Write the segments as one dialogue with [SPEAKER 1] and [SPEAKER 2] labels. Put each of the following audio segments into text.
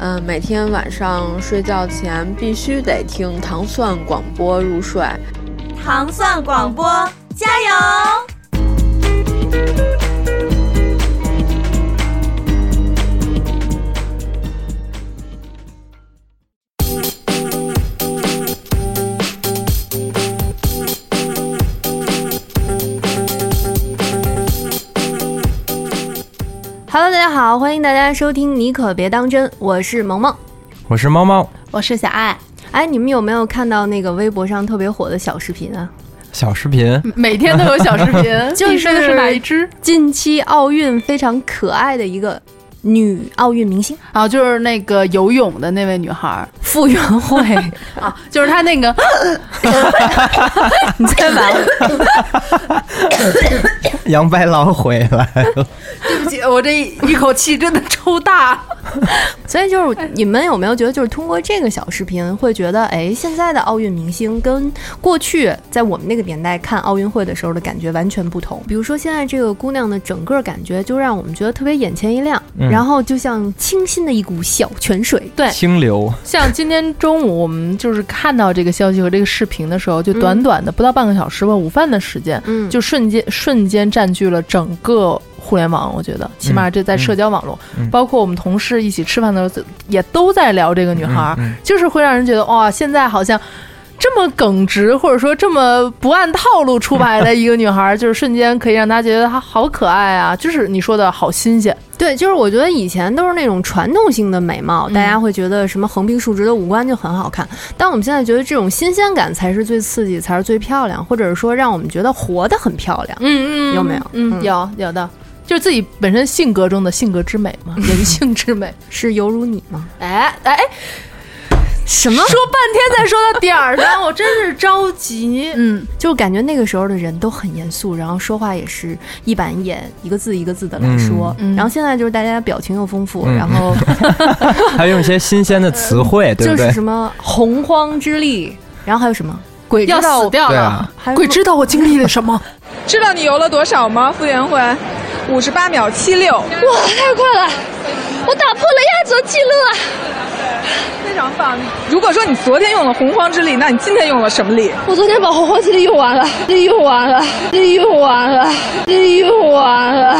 [SPEAKER 1] 嗯，每天晚上睡觉前必须得听糖蒜广播入睡。
[SPEAKER 2] 糖蒜广播，加油！
[SPEAKER 3] Hello，大家好，欢迎大家收听《你可别当真》，我是萌萌。
[SPEAKER 4] 我是猫猫，
[SPEAKER 5] 我是小爱，
[SPEAKER 3] 哎，你们有没有看到那个微博上特别火的小视频啊？
[SPEAKER 4] 小视频，
[SPEAKER 5] 每天都有小视 频，
[SPEAKER 3] 就是
[SPEAKER 5] 你说的是哪一只？
[SPEAKER 3] 近期奥运非常可爱的一个女奥运明星
[SPEAKER 5] 啊，就是那个游泳的那位女孩，
[SPEAKER 3] 傅园慧，
[SPEAKER 5] 啊，就是她那个，
[SPEAKER 3] 你再完了，
[SPEAKER 4] 杨白劳回来了，
[SPEAKER 5] 对不起，我这一一口气真的抽大了。
[SPEAKER 3] 所以就是你们有没有觉得，就是通过这个小视频，会觉得，哎，现在的奥运明星跟过去在我们那个年代看奥运会的时候的感觉完全不同。比如说现在这个姑娘的整个感觉，就让我们觉得特别眼前一亮，
[SPEAKER 4] 嗯
[SPEAKER 3] 然后就像清新的一股小泉水。
[SPEAKER 5] 对
[SPEAKER 4] 清流，
[SPEAKER 5] 像今天中午我们就是看到这个消息和这个视频的时候，就短短的不到半个小时吧，午饭的时间，
[SPEAKER 3] 嗯，
[SPEAKER 5] 就瞬间瞬间占据了整个互联网。我觉得，起码这在社交网络，
[SPEAKER 4] 嗯嗯
[SPEAKER 5] 包括我们同事一起吃饭的时候，也都在聊这个女孩儿，
[SPEAKER 4] 嗯嗯
[SPEAKER 5] 就是会让人觉得哇，现在好像。这么耿直，或者说这么不按套路出牌的一个女孩儿，就是瞬间可以让大家觉得她好可爱啊！就是你说的好新鲜，
[SPEAKER 3] 对，就是我觉得以前都是那种传统性的美貌，
[SPEAKER 5] 嗯
[SPEAKER 3] 大家会觉得什么横平竖直的五官就很好看，但我们现在觉得这种新鲜感才是最刺激，才是最漂亮，或者是说让我们觉得活得很漂亮。
[SPEAKER 5] 嗯
[SPEAKER 3] 嗯有没有
[SPEAKER 5] 嗯，
[SPEAKER 3] 嗯
[SPEAKER 5] 有有的，就是自己本身性格中的性格之美嘛，人性之美。
[SPEAKER 3] 是犹如你吗？
[SPEAKER 5] 哎哎，
[SPEAKER 3] 什么？
[SPEAKER 5] 说半天才说到点儿上，我真是着急。嗯，
[SPEAKER 3] 就感觉那个时候的人都很严肃，然后说话也是一板一眼，一个字一个字的来说。
[SPEAKER 5] 嗯嗯
[SPEAKER 3] 然后现在就是大家表情又丰富，
[SPEAKER 4] 嗯
[SPEAKER 3] 然后
[SPEAKER 4] 还用一些新鲜的词汇，对
[SPEAKER 3] 就
[SPEAKER 4] 不
[SPEAKER 3] 是
[SPEAKER 4] 对？
[SPEAKER 3] 什么洪荒之力，然后还有什么鬼知
[SPEAKER 5] 要
[SPEAKER 3] 道
[SPEAKER 5] 死
[SPEAKER 3] 我，
[SPEAKER 5] 掉
[SPEAKER 4] 对
[SPEAKER 5] 了
[SPEAKER 4] 啊，
[SPEAKER 3] 还有
[SPEAKER 5] 鬼
[SPEAKER 3] 什么
[SPEAKER 5] 知道我经历了什么。
[SPEAKER 6] 知道你游了多少吗？傅园慧，五十八秒七六，
[SPEAKER 7] 哇，太快了！我打破了亚洲纪录啊！
[SPEAKER 6] 非常棒。如果说你昨天用了洪荒之力，那你今天用了什么力？
[SPEAKER 7] 我昨天把洪荒之力用完了，这用完了，这用完了，这用完了。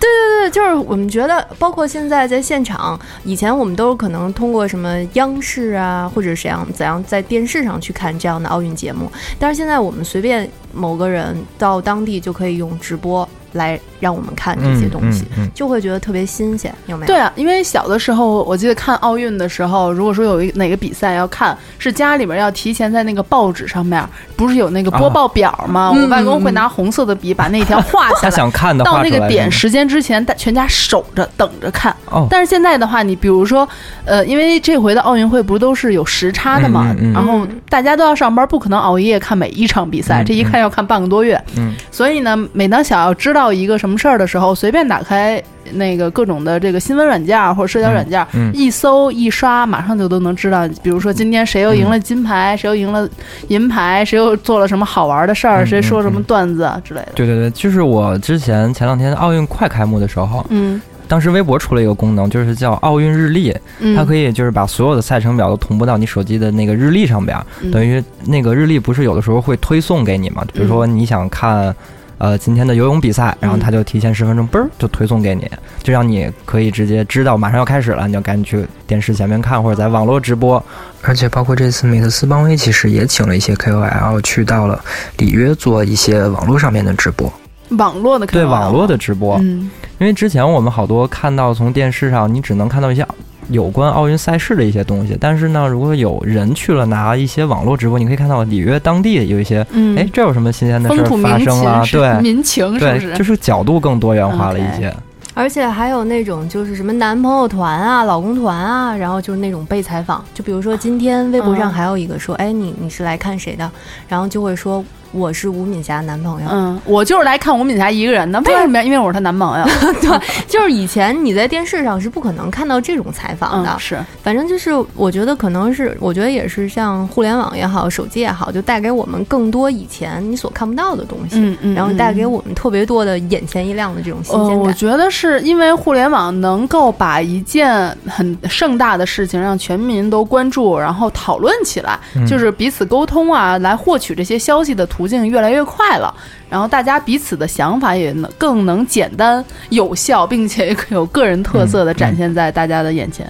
[SPEAKER 3] 对对对，就是我们觉得，包括现在在现场，以前我们都可能通过什么央视啊，或者怎样怎样在电视上去看这样的奥运节目，但是现在我们随便某个人到当地就可以用直播来让我们看这些东西，
[SPEAKER 4] 嗯嗯嗯
[SPEAKER 3] 就会觉得特别新鲜，有没有？
[SPEAKER 5] 对啊，因为小的时候，我记得看奥运的时候，如果说有一哪个比赛要看，是家里面要提前在那个报纸上面，不是有那个
[SPEAKER 7] 啊
[SPEAKER 5] 播报表吗？
[SPEAKER 7] 嗯
[SPEAKER 5] 我外公会拿红色的笔把那一条画下
[SPEAKER 4] 他
[SPEAKER 5] 来。
[SPEAKER 4] 想看的
[SPEAKER 5] 到
[SPEAKER 4] 话，
[SPEAKER 5] 那个点时间之前，大全家守着等着看。
[SPEAKER 4] 哦
[SPEAKER 5] 但是现在的话，你比如说，呃，因为这回的奥运会不是都是有时差的嘛，
[SPEAKER 4] 嗯嗯嗯
[SPEAKER 5] 然后大家都要上班，不可能熬夜看每一场比赛，
[SPEAKER 4] 嗯
[SPEAKER 5] 这一看要看半个多月。
[SPEAKER 4] 嗯，
[SPEAKER 5] 所以呢，每当想要知道一个什么事儿的时候，随便打开那个各种的这个新闻软件儿或者社交软件儿，
[SPEAKER 4] 嗯嗯
[SPEAKER 5] 一搜一刷，马上就都能知道。比如说今天谁又赢
[SPEAKER 4] 嗯
[SPEAKER 5] 了金牌，谁又赢了银牌，谁又做了什么好玩的事儿，
[SPEAKER 4] 嗯
[SPEAKER 5] 谁
[SPEAKER 4] 嗯
[SPEAKER 5] 说什么
[SPEAKER 4] 嗯
[SPEAKER 5] 段子啊之类的。
[SPEAKER 4] 对对对，就是我之前前两天奥运快开幕的时候，
[SPEAKER 5] 嗯
[SPEAKER 4] 当时微博出了一个功能，就是叫奥运日历，
[SPEAKER 5] 嗯，
[SPEAKER 4] 它可以就是把所有的赛程表都同步到你手机的那个日历上边儿，
[SPEAKER 5] 嗯
[SPEAKER 4] 等于那个日历不是有的时候会推送给你嘛？比如说你想看。呃，今天的游泳比赛，然后它就提前十分钟，嘣儿就推送给你，就让你可以直接知道马上要开始了，你就赶紧去电视前面看，或者在网络直播。
[SPEAKER 8] 而且包括这次美特斯邦威，其实也请了一些 KOL 去到了里约做一些网络上面的直播。
[SPEAKER 5] 网络的
[SPEAKER 4] 对
[SPEAKER 5] KOL
[SPEAKER 4] 网络的直播，
[SPEAKER 5] 嗯
[SPEAKER 4] 因为之前我们好多看到从电视上，你只能看到一些有关奥运赛事的一些东西，但是呢，如果有人去了拿一些网络直播，你可以看到里约当地有一些，
[SPEAKER 5] 嗯，
[SPEAKER 4] 哎，这有什么新鲜的事
[SPEAKER 5] 风
[SPEAKER 4] 儿
[SPEAKER 5] 土民
[SPEAKER 4] 发生
[SPEAKER 5] 情
[SPEAKER 4] 了？
[SPEAKER 5] 是
[SPEAKER 4] 对
[SPEAKER 5] 民情是不？
[SPEAKER 4] 对，就是是角度更多元化了一些。
[SPEAKER 3] 而且还有那种就是什么男朋友团啊、老公团啊，然后就是那种被采访，就比如说今天微博上还有一个说，哎，你你是来看谁的？然后就会说我是吴敏霞男朋友。
[SPEAKER 5] 嗯，我就是来看吴敏霞一个人的，为什么呀？因为我是她男 朋友。
[SPEAKER 3] 对，就是以前你在电视上是不可能看到这种采访的。
[SPEAKER 5] 嗯是，
[SPEAKER 3] 反正就是我觉得可能是，我觉得也是像互联网也好，手机也好，就带给我们更多以前你所看不到的东西，
[SPEAKER 5] 嗯嗯
[SPEAKER 3] 然后
[SPEAKER 5] 嗯
[SPEAKER 3] 带给我们特别多的眼前一亮的这种新
[SPEAKER 5] 呃，
[SPEAKER 3] 鲜
[SPEAKER 5] 我
[SPEAKER 3] 感。
[SPEAKER 5] 觉得是因为互联网能够把一件很盛大的事情让全民都关注，然后讨论起来，
[SPEAKER 3] 嗯
[SPEAKER 5] 就是彼此沟通啊，来获取这些消息的途径越来越快了。然后大家彼此的想法也能更能简单、有效，并且有个人特色
[SPEAKER 4] 嗯
[SPEAKER 5] 的展现在大家的眼前。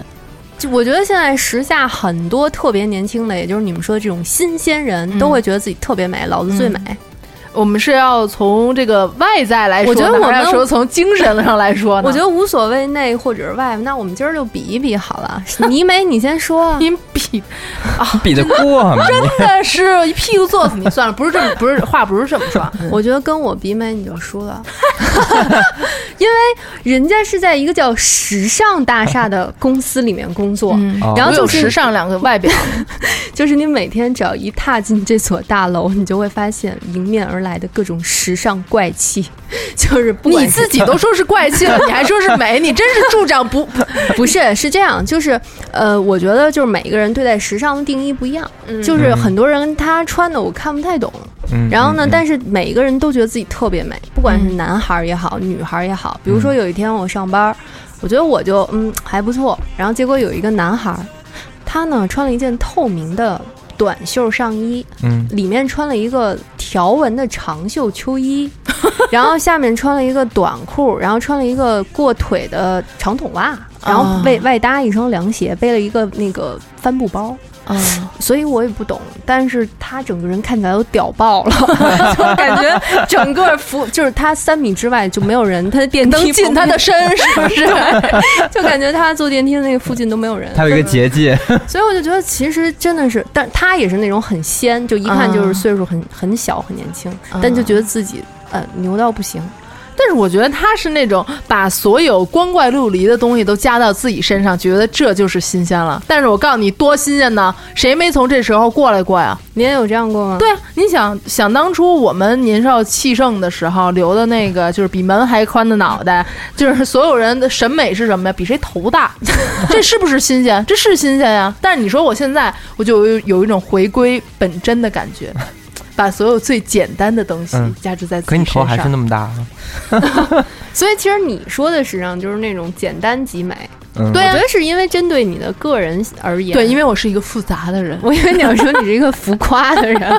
[SPEAKER 3] 就我觉得现在时下很多特别年轻的，也就是你们说的这种新鲜人，都会觉得自己特别美，老子最美。
[SPEAKER 5] 我们是要从这个外在来说，
[SPEAKER 3] 我觉得
[SPEAKER 5] 呢
[SPEAKER 3] 我
[SPEAKER 5] 还
[SPEAKER 3] 们
[SPEAKER 5] 是说从精神上来说呢，
[SPEAKER 3] 我觉得无所谓内或者是外，那我们今儿就比一比好了。你美，你先说、啊。
[SPEAKER 5] 你比
[SPEAKER 4] 比得过啊吗？
[SPEAKER 5] 真 的是一屁股坐死你算了，不是这么，不是话不是这么说。
[SPEAKER 3] 我觉得跟我比美你就输了， 因为人家是在一个叫时尚大厦的公司里面工作，
[SPEAKER 5] 哦
[SPEAKER 3] 然后就
[SPEAKER 5] 我有
[SPEAKER 3] 是
[SPEAKER 5] 时尚两个外 表，
[SPEAKER 3] 就是你每天只要一踏进这所大楼，你就会发现迎面而来的各种时尚怪气， 就是不管
[SPEAKER 5] 你自己都说是怪气了，你还说是美，你真是助长不
[SPEAKER 3] 不是是这样，就是呃，我觉得就是每个人对待时尚的定义不一样，就是很多人他穿的我看不太懂。
[SPEAKER 5] 嗯
[SPEAKER 3] 然后呢
[SPEAKER 5] 嗯？
[SPEAKER 3] 但是每一个人都觉得自己特别美，不管是男孩儿也好，女孩儿也好。比
[SPEAKER 5] 嗯
[SPEAKER 3] 如说有一天我上班儿，我觉得我就嗯还不错，然后结果有一个男孩儿，他呢穿了一件透明的短袖上衣，
[SPEAKER 4] 嗯
[SPEAKER 3] 里面穿了一个条纹的长袖秋衣， 然后下面穿了一个短裤，然后穿了一个过腿的长筒袜，然后
[SPEAKER 5] 啊
[SPEAKER 3] 外外搭一双凉鞋，背了一个那个帆布包。
[SPEAKER 5] 啊，
[SPEAKER 3] 所以我也不懂，但是他整个人看起来都屌爆 了，就感觉整个服就是他三米之外就没有人，他的 电梯
[SPEAKER 5] 能进他的身是不 是
[SPEAKER 3] 就感觉他坐电梯的那个附近都没有人。
[SPEAKER 4] 他有一个结界，
[SPEAKER 3] 所以我就觉得，其实真的是，但他也是那种很仙，就一看就是岁数很、很小、很年轻，但就觉得自己呃牛到不行。
[SPEAKER 5] 但是我觉得他是那种把所有光怪陆离的东西都加到自己身上，觉得这就是新鲜了。但是我告诉你，多新鲜呢！谁没从这时候过来过呀？
[SPEAKER 3] 您有这样过吗？
[SPEAKER 5] 对啊，你想想当初我们年少气盛的时候，留的那个就是比门还宽的脑袋，就是所有人的审美是什么呀？比谁 头大，这是不是新鲜？这是新鲜呀！但是你说我现在，我就有有一种回归本真的感 觉。把所有最简单的东西
[SPEAKER 4] 嗯
[SPEAKER 5] 加持在自己
[SPEAKER 4] 可你头还是那
[SPEAKER 5] 么
[SPEAKER 4] 么大。啊
[SPEAKER 3] 所以其实你说的时尚就是那种简单即美，
[SPEAKER 4] 嗯
[SPEAKER 3] 我觉得是因为针对你的个人而言。
[SPEAKER 5] 对，因为我是一个复杂的人，
[SPEAKER 3] 我以为你要说你是一个浮夸的人。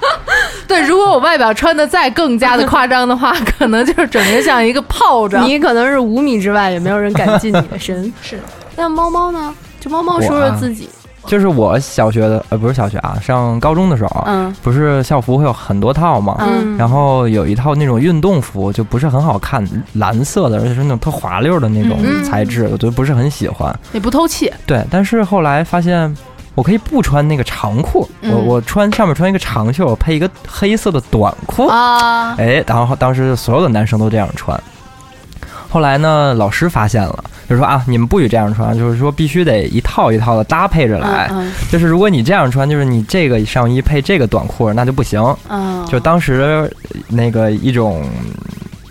[SPEAKER 5] 对，如果我外表穿的再更加的夸张的话，可能就是整个像一个炮仗。
[SPEAKER 3] 你可能是五米之外也没有人敢近你的 身。是，那猫猫呢？就猫猫说
[SPEAKER 4] 我
[SPEAKER 3] 说
[SPEAKER 4] 啊
[SPEAKER 3] 自己。
[SPEAKER 4] 就是我小学的，呃，不是小学啊，上高中的时候，啊
[SPEAKER 3] 嗯
[SPEAKER 4] 不是校服会有很多套嘛，
[SPEAKER 3] 嗯
[SPEAKER 4] 啊然后有一套那种运动服，就不是很好看，蓝色的，而且是那种特滑溜的那种
[SPEAKER 5] 嗯
[SPEAKER 4] 材质，我就不是很喜欢。
[SPEAKER 5] 你不透气，
[SPEAKER 4] 对，但是后来发现。我可以不穿那个长裤，我
[SPEAKER 5] 嗯
[SPEAKER 4] 我穿上面穿一个长袖，配一个黑色的短裤
[SPEAKER 5] 啊
[SPEAKER 4] 哎，然后当时所有的男生都这样穿。后来呢，老师发现了，就说啊，你们不许这样穿，就是说必须得一套一套的搭配着来。
[SPEAKER 5] 嗯嗯
[SPEAKER 4] 就是如果你这样穿，就是你这个上衣配这个短裤，那就不行。
[SPEAKER 5] 嗯
[SPEAKER 4] 就当时呃那个一种。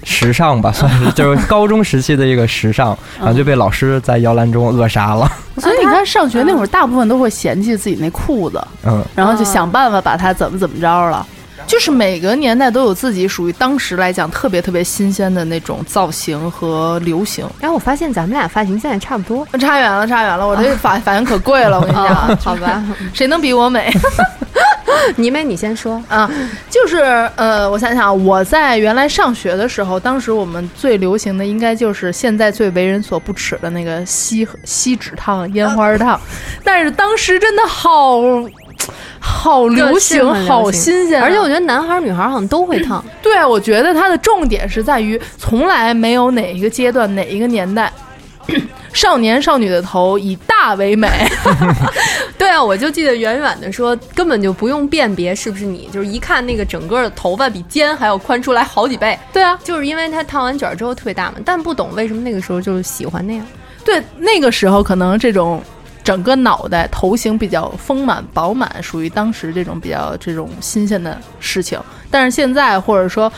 [SPEAKER 4] 时尚 吧，算是就是高中时期的一个时尚，然后就被老师在摇篮中扼杀 了。
[SPEAKER 5] 所以你看，上学那会儿，大部分都会嫌弃自己那裤子，
[SPEAKER 4] 嗯，
[SPEAKER 5] 然后就想办法把它怎么怎么着了。
[SPEAKER 3] 嗯
[SPEAKER 5] 就是每个年代都有自己属于当时来讲特别特别新鲜的那种造型和流行。
[SPEAKER 3] 然哎后我发现咱们俩发型现在差不多，
[SPEAKER 5] 差远了，差远了，我 这发发型可贵了，我跟你
[SPEAKER 3] 啊
[SPEAKER 5] 讲，
[SPEAKER 3] 好吧，
[SPEAKER 5] 谁能比我 美？
[SPEAKER 3] 你美，你先说
[SPEAKER 5] 啊，就是呃，我想想，啊，我在原来上学的时候，当时我们最流行的应该就是现在最为人所不齿的那个锡锡纸烫、烟花
[SPEAKER 3] 啊
[SPEAKER 5] 烫，但是当时真的好好流行，好新鲜啊，
[SPEAKER 3] 而且我觉得男孩儿女孩儿好像都会烫。
[SPEAKER 5] 对，啊我觉得它的重点是在于，从来没有哪一个阶段、哪一个年代， 少年少女的头以大为美。
[SPEAKER 3] 对啊，我就记得远远的说，根本就不用辨别是不是你，就是一看那个整个的头发比肩还要宽出来好几倍。对啊，就是因为他烫完卷儿之后特别大嘛，但不懂为什么那个时候就是喜欢那样。
[SPEAKER 5] 对，那个时候可能这种整个脑袋头型比较丰满饱满，属于当时这种比较这种新鲜的事情。但是现在或者说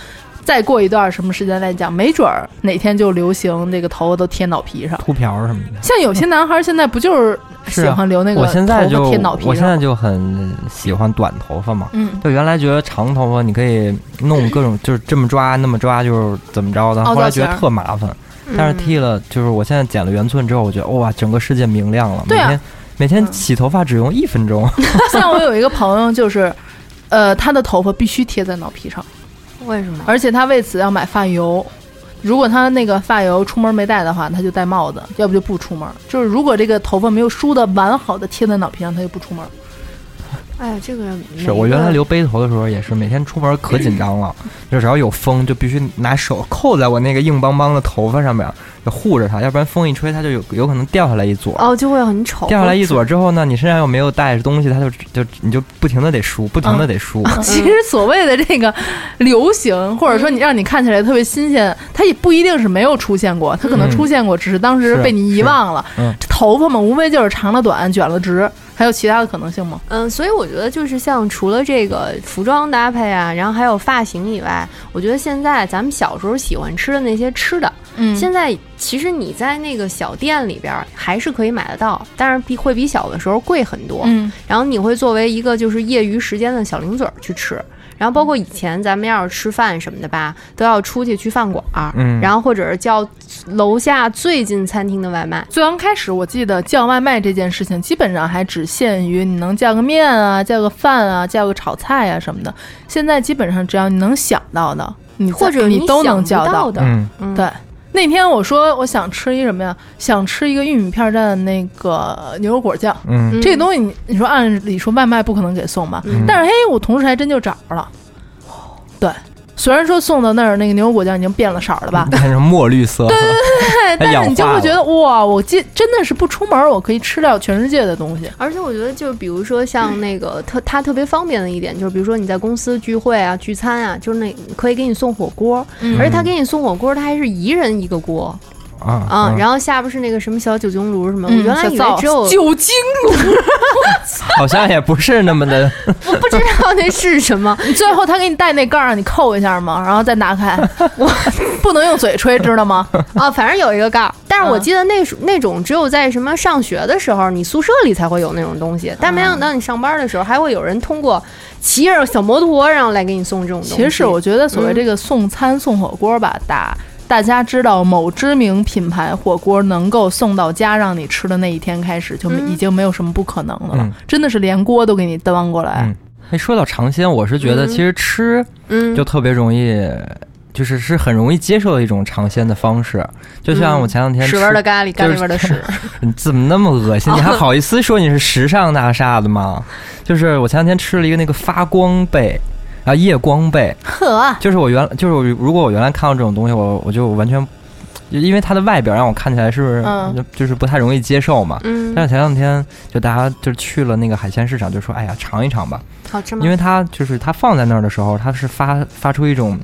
[SPEAKER 5] 再过一段什么时间来讲，没准儿哪天就流行这个头发都贴脑皮上。
[SPEAKER 4] 秃瓢什么的。
[SPEAKER 5] 像有些男孩现在不就是喜
[SPEAKER 4] 是啊
[SPEAKER 5] 欢留那个
[SPEAKER 4] 我现
[SPEAKER 5] 头发
[SPEAKER 4] 在就
[SPEAKER 5] 贴脑皮
[SPEAKER 4] 我现
[SPEAKER 5] 上？
[SPEAKER 4] 在就很喜欢短头发嘛，
[SPEAKER 5] 嗯
[SPEAKER 4] 就原来觉得长头发你可以弄各种，就是这么抓那么抓，就是怎么着的，后
[SPEAKER 5] 凹
[SPEAKER 4] 来
[SPEAKER 5] 造型
[SPEAKER 4] 觉得特麻烦
[SPEAKER 5] 嗯，
[SPEAKER 4] 但是剃了，就是我现在剪了圆寸之后，我觉得哇，整个世界明亮了，每
[SPEAKER 5] 对啊
[SPEAKER 4] 天每天洗头发只用一分钟，
[SPEAKER 5] 像我有一个朋友就是，呃，他的头发必须贴在脑皮上。
[SPEAKER 3] 为什么？
[SPEAKER 5] 而且他为此要买发油。如果他那个发油出门没带的话，他就戴帽子；要不就不出门。就是如果这个头发没有梳的完好的贴在脑皮上，他就不出门。
[SPEAKER 3] 哎呀，这个
[SPEAKER 4] 是我原来留背头的时候也是，每天出门可紧张了， 就只要有风就必须拿手扣在我那个硬邦邦的头发上面，就护着它，要不然风一吹它就有有可能掉下来一撮。
[SPEAKER 3] 哦就会很丑，
[SPEAKER 4] 掉下来一撮之后呢，你身上又没有带东西，它就就你就不停的得梳，不停的得梳。
[SPEAKER 3] 嗯
[SPEAKER 5] 其实所谓的这个流行，或者说你让你看起来特别新鲜，它也不一定是没有出现过，它可能
[SPEAKER 4] 嗯
[SPEAKER 5] 出现过，只是当时
[SPEAKER 4] 是
[SPEAKER 5] 被你遗忘了。
[SPEAKER 4] 嗯
[SPEAKER 5] 这头发嘛，无非就是长了短，卷了直，还有其他的可能性吗？
[SPEAKER 3] 嗯，所以我觉得就是像除了这个服装搭配啊，然后还有发型以外，我觉得现在咱们小时候喜欢吃的那些吃的，
[SPEAKER 5] 嗯
[SPEAKER 3] 现在其实你在那个小店里边儿还是可以买得到，但是比会比小的时候贵很多。
[SPEAKER 5] 嗯，
[SPEAKER 3] 然后你会作为一个就是业余时间的小零嘴儿去吃。然后包括以前咱们要是吃饭什么的吧，都要出去去饭馆儿，
[SPEAKER 5] 嗯
[SPEAKER 3] 然后或者是叫楼下最近餐厅的外卖。
[SPEAKER 5] 最刚开始，我记得叫外卖这件事情，基本上还只限于你能叫个面啊、叫个饭啊、叫个炒菜啊什么的。现在基本上只要你能想到的，你在
[SPEAKER 3] 或者
[SPEAKER 5] 你
[SPEAKER 3] 你
[SPEAKER 5] 都
[SPEAKER 3] 想
[SPEAKER 5] 能
[SPEAKER 3] 不
[SPEAKER 5] 叫
[SPEAKER 3] 到
[SPEAKER 5] 到
[SPEAKER 3] 的嗯嗯
[SPEAKER 5] 对，那天我说我想吃一什么呀？想吃一个玉米片蘸那个牛油果酱。
[SPEAKER 4] 嗯
[SPEAKER 5] 这个东西你你说按理说外卖不可能给送吧？
[SPEAKER 4] 嗯
[SPEAKER 5] 但是嘿，我同事还真就找着了。对，虽然说送到那儿那个牛油果酱已经变了色儿了吧，
[SPEAKER 4] 但是嗯墨绿色，
[SPEAKER 5] 对，
[SPEAKER 4] 它
[SPEAKER 5] 哎但
[SPEAKER 4] 氧
[SPEAKER 5] 是你就
[SPEAKER 4] 化
[SPEAKER 5] 会
[SPEAKER 4] 了
[SPEAKER 5] 觉得哇，我今真的是不出门，我可以吃掉全世界的东西。
[SPEAKER 3] 而且我觉得，就是比如 说像那个特，它特别方便的一点，就是比如说你在公司聚会啊、聚餐啊，就是那可以给你送火锅，
[SPEAKER 4] 嗯
[SPEAKER 3] 而且他给你送火锅，他还是一人一个锅。
[SPEAKER 4] 啊
[SPEAKER 3] 啊，然后下边是那个什么小酒精炉什么，
[SPEAKER 5] 嗯
[SPEAKER 3] 我原来以为只有
[SPEAKER 5] 小酒精
[SPEAKER 4] 啊好像也不是那么的。
[SPEAKER 3] 我不知道那是什 么。
[SPEAKER 5] 最后他给你带那盖儿，让你扣一下吗？然后再拿 开，我不能用嘴吹，知道吗？
[SPEAKER 3] 啊，反正有一个盖儿，但是我记得那时那种只有在什么上学的时候，你宿舍里才会有那种东西，但没
[SPEAKER 5] 啊
[SPEAKER 3] 想到你上班的时候还会有人通过骑着小摩托然后来给你送这种东西。
[SPEAKER 5] 其实我觉得所谓
[SPEAKER 3] 嗯
[SPEAKER 5] 这个送餐送火锅吧，打大家知道某知名品牌火锅能够送到家让你吃的那一天开始，就
[SPEAKER 3] 嗯
[SPEAKER 5] 已经没有什么不可能的了。
[SPEAKER 4] 嗯
[SPEAKER 5] 真的是连锅都给你端过来。
[SPEAKER 4] 嗯，哎，说到尝鲜，我是觉得
[SPEAKER 5] 嗯
[SPEAKER 4] 其实吃，
[SPEAKER 5] 嗯
[SPEAKER 4] 就特别容易，就是是很容易接受的一种尝鲜的方式。就像我前两天
[SPEAKER 3] 嗯
[SPEAKER 4] 吃
[SPEAKER 3] 屎味儿的咖喱咖喱味儿的屎，
[SPEAKER 4] 你怎么那么恶 心？你还好意思说你是时尚大厦的吗？就是我前两天吃了一个那个发光贝。啊，夜光贝，
[SPEAKER 3] 啊
[SPEAKER 5] 呵，
[SPEAKER 4] 就是我原就是我如果我原来看到这种东西，我我就完全，因为它的外表让我看起来是、
[SPEAKER 5] 嗯
[SPEAKER 4] 就是不太容易接受嘛。
[SPEAKER 5] 嗯
[SPEAKER 4] 但是前两天就大家就去了那个海鲜市场，就说哎呀尝一尝吧，
[SPEAKER 3] 好吃
[SPEAKER 4] 因为它就是它放在那儿的时候，它是发发出一种